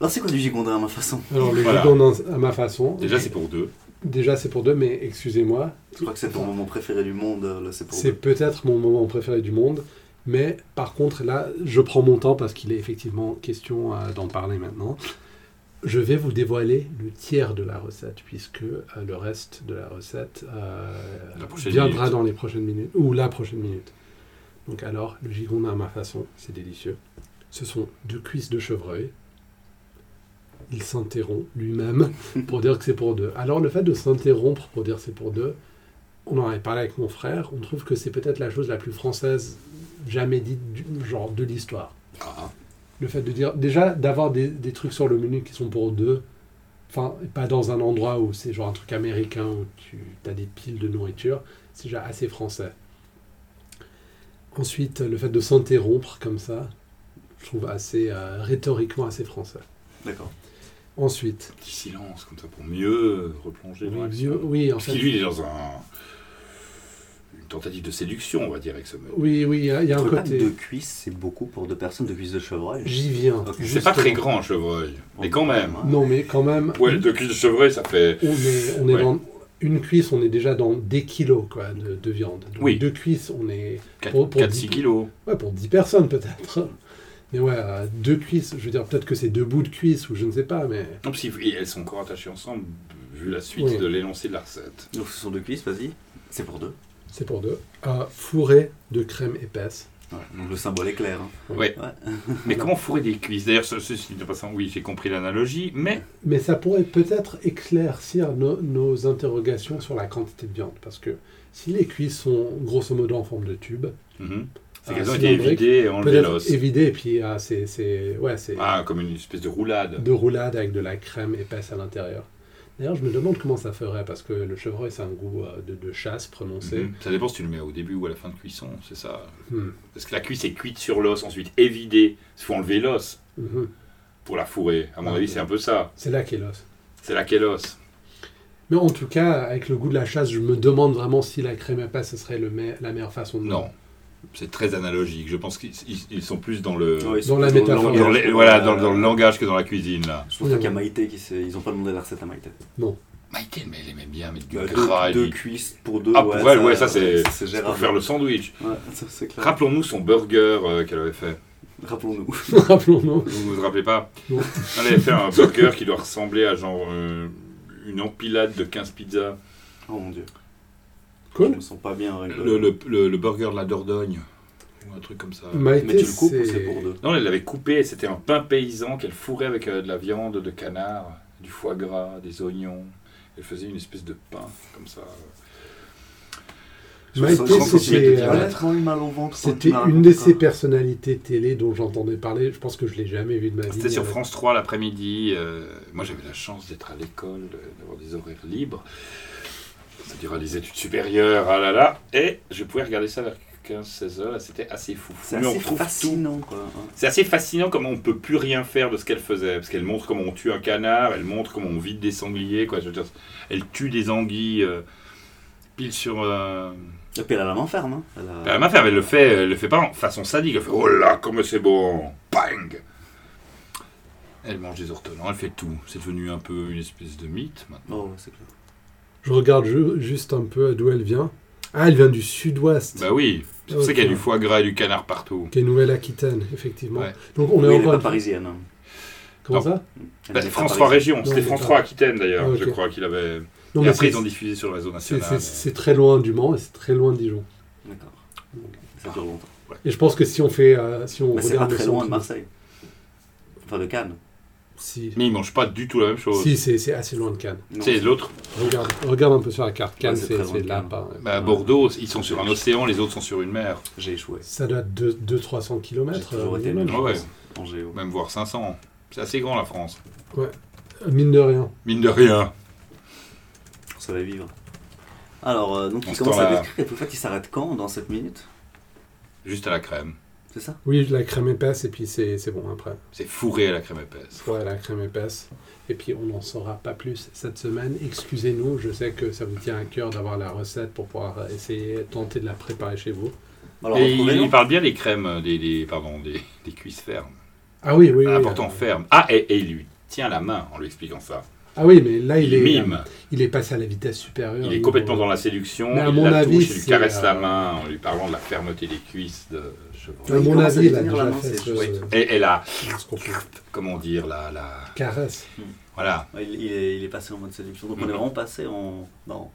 Speaker 1: Alors c'est quoi du gigondin à ma façon
Speaker 2: Alors, le
Speaker 3: Voilà.
Speaker 2: jus d'ananas à ma façon.
Speaker 3: Déjà, c'est pour deux.
Speaker 2: Déjà, c'est pour deux, mais excusez-moi,
Speaker 1: Je crois que c'est ton moment préféré du monde, euh, là c'est pour...
Speaker 2: c'est peut-être mon moment préféré du monde. Mais par contre, là, je prends mon temps parce qu'il est effectivement question euh, d'en parler maintenant. Je vais vous dévoiler le tiers de la recette, puisque euh, le reste de la recette euh,
Speaker 3: La prochaine
Speaker 2: viendra
Speaker 3: minute.
Speaker 2: dans les prochaines minutes, ou la prochaine minute. Donc alors, le gigondin à ma façon, c'est délicieux. Ce sont deux cuisses de chevreuil. Il s'interrompt lui-même pour dire que c'est pour deux. Alors le fait de s'interrompre pour dire c'est pour deux, on en avait parlé avec mon frère, on trouve que c'est peut-être la chose la plus française jamais dite du, genre de l'histoire.
Speaker 3: Ah,
Speaker 2: Le fait de dire, déjà, d'avoir des, des trucs sur le menu qui sont pour deux, enfin, et pas dans un endroit où c'est genre un truc américain où tu as des piles de nourriture, c'est déjà assez français. Ensuite, le fait de s'interrompre comme ça, je trouve assez euh, rhétoriquement assez français.
Speaker 1: D'accord.
Speaker 2: Ensuite,
Speaker 3: petit silence comme ça pour mieux replonger dans
Speaker 2: oui,
Speaker 3: l'action.
Speaker 2: oui, en
Speaker 3: Parce
Speaker 2: fait.
Speaker 3: qu'il lui, il est dans un- une tentative de séduction, on va dire, avec ce mec.
Speaker 2: Oui, oui, il y a, il y a
Speaker 1: Je
Speaker 2: un
Speaker 1: crois pas que deux
Speaker 2: côté.
Speaker 1: cuisses, c'est beaucoup pour deux personnes, deux cuisses de chevreuil.
Speaker 2: J'y viens.
Speaker 1: Ok.
Speaker 3: C'est pas
Speaker 2: justement.
Speaker 3: très grand, un chevreuil, mais quand même.
Speaker 2: Non, mais quand même. hein.
Speaker 3: Poil de cul de chevreuil, ça fait.
Speaker 2: on est, on est
Speaker 3: Ouais.
Speaker 2: dans une cuisse, on est déjà dans des kilos quoi, de, de viande. Donc,
Speaker 3: Oui.
Speaker 2: Deux cuisses, on est Pour- pour
Speaker 3: 4-6
Speaker 2: dix-
Speaker 3: kilos.
Speaker 2: ouais, pour 10 personnes peut-être. Mais ouais, euh, deux cuisses, je veux dire, peut-être que c'est deux bouts de cuisse ou je ne sais pas, mais
Speaker 3: Non, parce qu'ils- et elles sont encore attachées ensemble, vu la suite
Speaker 2: Oui.
Speaker 3: de l'énoncé de la recette.
Speaker 1: Donc ce sont deux cuisses, vas-y. C'est pour deux.
Speaker 2: c'est pour deux. Euh, fourré de crème épaisse.
Speaker 1: Ouais, donc le symbole est clair. hein.
Speaker 3: Mais comment fourrer des cuisses D'ailleurs, ce- ceci n'est pas ça. Oui, j'ai compris l'analogie, mais
Speaker 2: Mais ça pourrait peut-être éclaircir nos, nos interrogations sur la quantité de viande. Parce que si les cuisses sont grosso modo en forme de tube,
Speaker 3: mhm. c'est
Speaker 2: Ah,
Speaker 3: qu'elles ont
Speaker 2: c'est
Speaker 3: été
Speaker 2: un break.
Speaker 3: évidées et enlevées
Speaker 2: peut-être
Speaker 3: l'os.
Speaker 2: évidées, et puis ah, c'est- c'est ouais, c'est-
Speaker 3: Ah, comme une espèce de roulade.
Speaker 2: de roulade avec de la crème épaisse à l'intérieur. D'ailleurs, je me demande comment ça ferait, parce que le chevreuil, c'est un goût euh, de, de chasse prononcé.
Speaker 3: Mhm. Ça dépend si tu le mets au début ou à la fin de cuisson, c'est ça.
Speaker 2: Hmm.
Speaker 3: Parce que la cuisse est cuite sur l'os, ensuite évidée. Il faut enlever l'os
Speaker 2: Mhm.
Speaker 3: pour la fourrer. À mon
Speaker 2: Ah,
Speaker 3: avis,
Speaker 2: ok.
Speaker 3: c'est un peu ça.
Speaker 2: C'est là qu'est l'os.
Speaker 3: C'est laquelle os
Speaker 2: Mais en tout cas, avec le goût de la chasse, je me demande vraiment si la crème épaisse, ce serait le me- la meilleure façon de...
Speaker 3: Non. C'est très analogique. Je pense qu'ils ils- ils sont plus Euh, dans le.
Speaker 1: Ouais, ils sont
Speaker 2: dans la
Speaker 1: plutôt
Speaker 2: métaphore.
Speaker 1: langage.
Speaker 3: dans les- voilà, dans, dans le langage que dans la cuisine, là.
Speaker 1: Je trouve pas qu'à Maïté, qui s'est- ils ont pas demandé la recette à Maïté.
Speaker 3: Maïté, mais elle aimait bien mettre du
Speaker 1: Deux,
Speaker 3: gras.
Speaker 1: deux
Speaker 3: du-
Speaker 1: cuisses pour deux.
Speaker 3: Ah, pour elle, ouais, ça, c'est-
Speaker 1: C'est
Speaker 3: pour
Speaker 1: gérable.
Speaker 3: faire le sandwich.
Speaker 1: Ouais, ça, c'est clair.
Speaker 3: Rappelons-nous son burger euh, qu'elle avait fait.
Speaker 1: Rappelons-nous.
Speaker 2: Rappelons-nous.
Speaker 3: Vous vous rappelez pas
Speaker 2: Non.
Speaker 3: Elle avait fait un burger qui doit ressembler à genre euh, une empilade de 15 pizzas.
Speaker 1: Oh mon dieu. Je
Speaker 2: Cool.
Speaker 1: me sens pas bien. avec
Speaker 3: Le, le- le- le burger de la Dordogne. Ou un truc comme ça.
Speaker 1: Mais
Speaker 2: Maïté,
Speaker 1: tu le coupes ou c'est
Speaker 2: c'est-
Speaker 1: pour deux
Speaker 3: Non, elle l'avait coupé. C'était un pain paysan qu'elle fourrait avec euh, de la viande de canard, du foie gras, des oignons. Elle faisait une espèce de pain comme ça.
Speaker 2: Maïté,
Speaker 1: Je sens que tu
Speaker 2: c'était,
Speaker 1: m'as
Speaker 2: euh,
Speaker 1: complètement eu mal au ventre. quand
Speaker 2: C'était
Speaker 1: tu m'as
Speaker 2: une
Speaker 1: raconté
Speaker 2: de
Speaker 1: ça.
Speaker 2: ces personnalités télé dont j'entendais parler. Je pense que je l'ai jamais vue de ma vie.
Speaker 3: C'était sur
Speaker 2: Euh,
Speaker 3: France 3 l'après-midi. euh, moi, j'avais la chance d'être à l'école, euh, d'avoir des horaires libres, c'est-à-dire à les études supérieures, ah là là. Et je pouvais regarder ça vers 15-16 heures. et C'était assez fou.
Speaker 1: C'est
Speaker 3: Mais on
Speaker 1: assez
Speaker 3: retrouve tout.
Speaker 1: fascinant, quoi. hein.
Speaker 3: C'est assez fascinant comment on peut plus rien faire de ce qu'elle faisait. Parce qu'elle montre comment on tue un canard, elle montre comment on vide des sangliers, quoi. Je veux dire, elle tue des anguilles euh, pile sur. euh,
Speaker 1: Et puis elle a la main ferme. hein. Elle a-
Speaker 3: Elle a ma femme, elle le fait, elle le fait pas en façon sadique. Elle fait Oh là, comme c'est bon Bang Elle mange des ortolans, elle fait tout. C'est devenu un peu une espèce de mythe maintenant.
Speaker 1: Oh, ouais, c'est clair.
Speaker 2: Je regarde ju- juste un peu d'où elle vient. Ah, elle vient du sud-ouest,
Speaker 3: Bah oui, c'est pour ça
Speaker 2: Ok.
Speaker 3: qu'il y a du foie gras et du canard partout.
Speaker 2: qui est Nouvelle-Aquitaine, effectivement.
Speaker 3: Ouais.
Speaker 2: Donc on
Speaker 1: Oui,
Speaker 2: est
Speaker 1: elle est
Speaker 2: encore...
Speaker 1: pas
Speaker 2: une-
Speaker 1: parisienne. hein.
Speaker 2: Comment
Speaker 3: Non.
Speaker 2: ça
Speaker 1: Elle
Speaker 3: Bah,
Speaker 1: n'est pas
Speaker 3: France 3
Speaker 1: parisienne.
Speaker 3: Région, c'était
Speaker 2: Non,
Speaker 3: France
Speaker 2: d'accord.
Speaker 3: 3 Aquitaine d'ailleurs,
Speaker 2: Ah, ok.
Speaker 3: je crois qu'il avait.
Speaker 2: Non,
Speaker 3: et
Speaker 2: mais
Speaker 3: après,
Speaker 2: c'est-
Speaker 3: ils ont diffusé sur le réseau
Speaker 2: c'est- c'est
Speaker 3: national.
Speaker 2: c'est très loin du Mans et c'est très loin de Dijon.
Speaker 1: D'accord. Ça dure longtemps.
Speaker 3: Ouais.
Speaker 2: Et je pense que si on fait. euh, si on
Speaker 1: Mais Bah, c'est pas
Speaker 2: regarde le
Speaker 1: très loin
Speaker 2: centre-
Speaker 1: de Marseille. Enfin, de Cannes.
Speaker 2: Si,
Speaker 3: Mais ils mangent pas du tout la même chose.
Speaker 2: si c'est c'est assez loin de Cannes.
Speaker 1: Non.
Speaker 3: C'est l'autre.
Speaker 2: Regarde, regarde un peu sur la carte. Cannes,
Speaker 1: Ouais, c'est
Speaker 2: c'est
Speaker 1: très loin
Speaker 2: c'est
Speaker 1: de
Speaker 2: là.
Speaker 1: Cannes.
Speaker 2: Pas,
Speaker 3: Bah, à Bordeaux, ils sont sur un océan, les autres sont sur une mer.
Speaker 1: J'ai échoué.
Speaker 2: Ça doit être 200-300
Speaker 1: J'ai
Speaker 2: km.
Speaker 1: toujours été nul
Speaker 3: Ah ouais.
Speaker 1: en géo.
Speaker 3: Même voire 500. C'est assez grand la France.
Speaker 2: Mine de rien.
Speaker 3: Mine de rien.
Speaker 1: Ça va vivre. Alors, euh, donc
Speaker 3: En
Speaker 1: il
Speaker 3: ce
Speaker 1: commence à
Speaker 3: temps-là-
Speaker 1: décrire, et puis en fait, il s'arrête quand dans 7 minutes
Speaker 3: Juste à la crème.
Speaker 1: C'est ça
Speaker 2: Oui, la crème épaisse, et puis c'est c'est bon après.
Speaker 3: C'est fourré à la crème épaisse.
Speaker 2: Ouais, la crème épaisse. Et puis on n'en saura pas plus cette semaine. Excusez-nous, je sais que ça vous tient à cœur d'avoir la recette pour pouvoir euh, essayer, tenter de la préparer chez vous.
Speaker 1: Bah, Alors,
Speaker 3: Et il,
Speaker 1: retrouvez-nous.
Speaker 3: il parle bien des crèmes, euh, des, des- pardon, des, des cuisses fermes.
Speaker 2: Ah oui, oui, oui.
Speaker 3: Important,
Speaker 2: euh,
Speaker 3: ferme. Ah, et, et il lui tient la main en lui expliquant ça.
Speaker 2: Ah oui, mais là, il,
Speaker 3: Il,
Speaker 2: est,
Speaker 3: mime.
Speaker 2: il est passé à la vitesse supérieure.
Speaker 3: Il est complètement
Speaker 2: euh,
Speaker 3: dans la séduction.
Speaker 2: Mais à
Speaker 3: il
Speaker 2: mon
Speaker 3: la
Speaker 2: avis,
Speaker 3: touche, il lui
Speaker 2: c'est,
Speaker 3: caresse
Speaker 2: euh,
Speaker 3: la main en lui parlant de la fermeté des cuisses de chevreuil.
Speaker 2: À
Speaker 1: Il
Speaker 2: mon
Speaker 1: commence à
Speaker 2: avis,
Speaker 1: lui
Speaker 2: il a
Speaker 1: tenir
Speaker 2: déjà
Speaker 1: la main,
Speaker 2: fait
Speaker 1: c'est
Speaker 2: ce,
Speaker 1: chouette.
Speaker 3: Et, et la,
Speaker 2: ce qu'on peut.
Speaker 3: comment dire, la, la,
Speaker 2: Caresse.
Speaker 3: voilà,
Speaker 1: Ouais, Il, il est, il est passé en mode séduction. Donc, on
Speaker 3: Mhm.
Speaker 1: est vraiment passé en. Dans,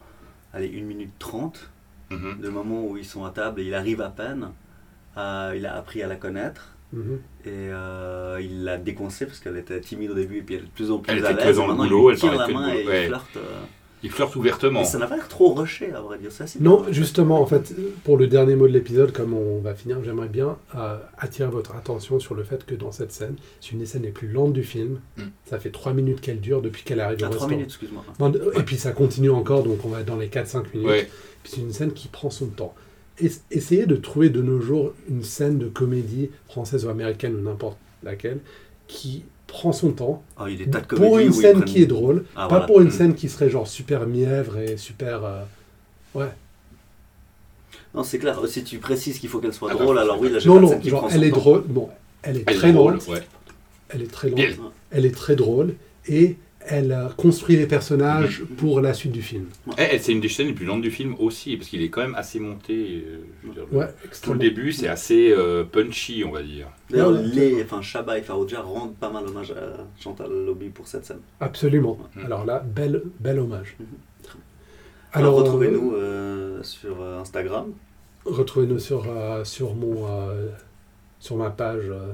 Speaker 1: allez, 1 minute 30,
Speaker 3: Mhm.
Speaker 1: le moment où ils sont à table et il arrive à peine. à- il a appris à la connaître.
Speaker 2: Mhm.
Speaker 1: Et euh, il l'a déconcée parce qu'elle était timide au début et puis elle est de plus en plus
Speaker 3: Elle
Speaker 1: à
Speaker 3: était
Speaker 1: l'aise.
Speaker 3: très dans le
Speaker 1: Maintenant, il
Speaker 3: boulot,
Speaker 1: lui
Speaker 3: elle
Speaker 1: tire la
Speaker 3: paraissait
Speaker 1: main
Speaker 3: de
Speaker 1: et
Speaker 3: boulot, ouais.
Speaker 1: il flirte. euh.
Speaker 3: il flirte ouvertement.
Speaker 1: Mais ça n'a pas l'air trop rushé, à vrai dire. Ça, c'est
Speaker 2: Non,
Speaker 1: bien.
Speaker 2: justement, en fait, pour le dernier mot de l'épisode, comme on va finir, j'aimerais bien euh, attirer votre attention sur le fait que dans cette scène, c'est une des scènes les plus lentes du film.
Speaker 3: Mm.
Speaker 2: Ça fait 3 minutes qu'elle dure depuis qu'elle arrive
Speaker 1: À 3
Speaker 2: au restaurant.
Speaker 1: Ah, minutes, excuse-moi.
Speaker 2: Non, et puis ça continue encore, donc on va être dans les 4-5 minutes.
Speaker 3: Ouais.
Speaker 2: Puis c'est une scène qui prend son temps. Es- essayez de trouver de nos jours une scène de comédie française ou américaine ou n'importe laquelle qui prend son temps
Speaker 1: Ah, il y a des tas de comédies.
Speaker 2: pour une
Speaker 1: où ils
Speaker 2: scène
Speaker 1: prennent-
Speaker 2: qui est drôle,
Speaker 1: Ah,
Speaker 2: pas
Speaker 1: voilà.
Speaker 2: pour une
Speaker 3: Mm.
Speaker 2: scène qui serait genre super mièvre et super. euh, Ouais.
Speaker 1: Non, c'est clair. Si tu précises qu'il faut qu'elle soit
Speaker 3: Ah,
Speaker 1: drôle,
Speaker 3: bah,
Speaker 1: alors oui, là, j'ai
Speaker 2: Non,
Speaker 1: pas de
Speaker 2: non,
Speaker 1: scène qui
Speaker 2: genre
Speaker 1: prend
Speaker 2: elle
Speaker 1: son
Speaker 2: est
Speaker 1: temps.
Speaker 2: drôle. Non, elle est
Speaker 3: Elle est
Speaker 2: très
Speaker 3: drôle,
Speaker 2: lente.
Speaker 3: ouais.
Speaker 2: Elle est très lente.
Speaker 3: Bien.
Speaker 2: Elle est très drôle. Et elle euh, construit les personnages pour la suite du film.
Speaker 3: Eh, eh, c'est une des scènes les plus lentes du film aussi, parce qu'il est quand même assez monté. euh, je veux dire, le-
Speaker 2: Ouais,
Speaker 3: Tout le
Speaker 2: extrêmement.
Speaker 3: début, c'est assez euh, punchy, on va dire.
Speaker 1: D'ailleurs,
Speaker 2: Non, non,
Speaker 1: les, enfin, Chabat et Farouja rendent pas mal hommage à Chantal Lobby pour cette scène.
Speaker 2: Absolument.
Speaker 3: Mhm.
Speaker 2: Alors là, bel, bel hommage.
Speaker 1: Mhm. Alors,
Speaker 2: Alors, euh,
Speaker 1: retrouvez-nous euh, sur euh, Instagram.
Speaker 2: Retrouvez-nous sur, euh, sur, mon, euh, sur ma page euh,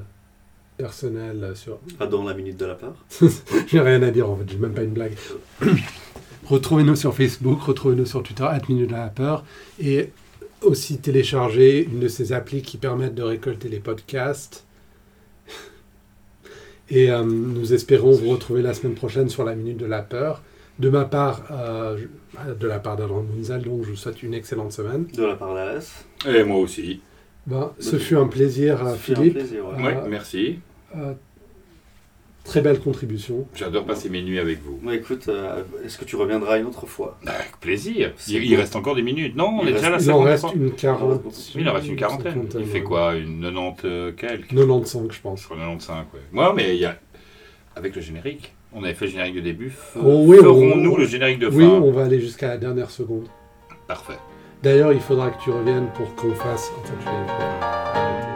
Speaker 2: personnelle. euh, Sur...
Speaker 1: Pas dans la minute de la peur.
Speaker 2: J'ai rien à dire en fait, j'ai même pas une blague. retrouvez-nous sur Facebook, retrouvez-nous sur Twitter, Minute de la Peur. Et aussi télécharger une de ces applis qui permettent de récolter les podcasts. Et euh, nous espérons vous retrouver la semaine prochaine sur la Minute de la Peur. De ma part, euh, je- de la part d'Adrien Munzel, donc je vous souhaite une excellente semaine.
Speaker 1: De la part d'Alès.
Speaker 3: Et moi aussi.
Speaker 2: Ben, ce
Speaker 1: Bonne
Speaker 2: fut un plaisir, euh,
Speaker 1: Ça fait un
Speaker 2: Philippe.
Speaker 1: plaisir, ouais.
Speaker 2: Ah.
Speaker 3: Ouais, merci.
Speaker 2: Euh, très belle contribution.
Speaker 3: J'adore passer mes nuits avec vous.
Speaker 1: Bon,
Speaker 3: Bah,
Speaker 1: écoute, euh, est-ce que tu reviendras une autre fois
Speaker 3: Avec plaisir.
Speaker 1: C'est
Speaker 3: Il, il reste encore des minutes. Non, on
Speaker 1: Il
Speaker 3: est déjà à la
Speaker 2: Il en
Speaker 3: cinquante,
Speaker 2: reste
Speaker 3: quoi.
Speaker 2: une quarante.
Speaker 3: Oui, il en reste une quarantaine. Il fait
Speaker 2: ouais.
Speaker 3: quoi Une 90 euh, quelques
Speaker 2: 95, je pense.
Speaker 3: Sur 95, ouais. Moi, mais il y a. Avec le générique. On avait fait le générique de début. F-
Speaker 2: Oh, oui,
Speaker 3: Ferons-nous
Speaker 2: on-
Speaker 3: le générique de fin
Speaker 2: Oui, on va aller jusqu'à la dernière seconde.
Speaker 3: Parfait.
Speaker 2: D'ailleurs, il faudra que tu reviennes pour qu'on fasse. En fait, je vais- je vais-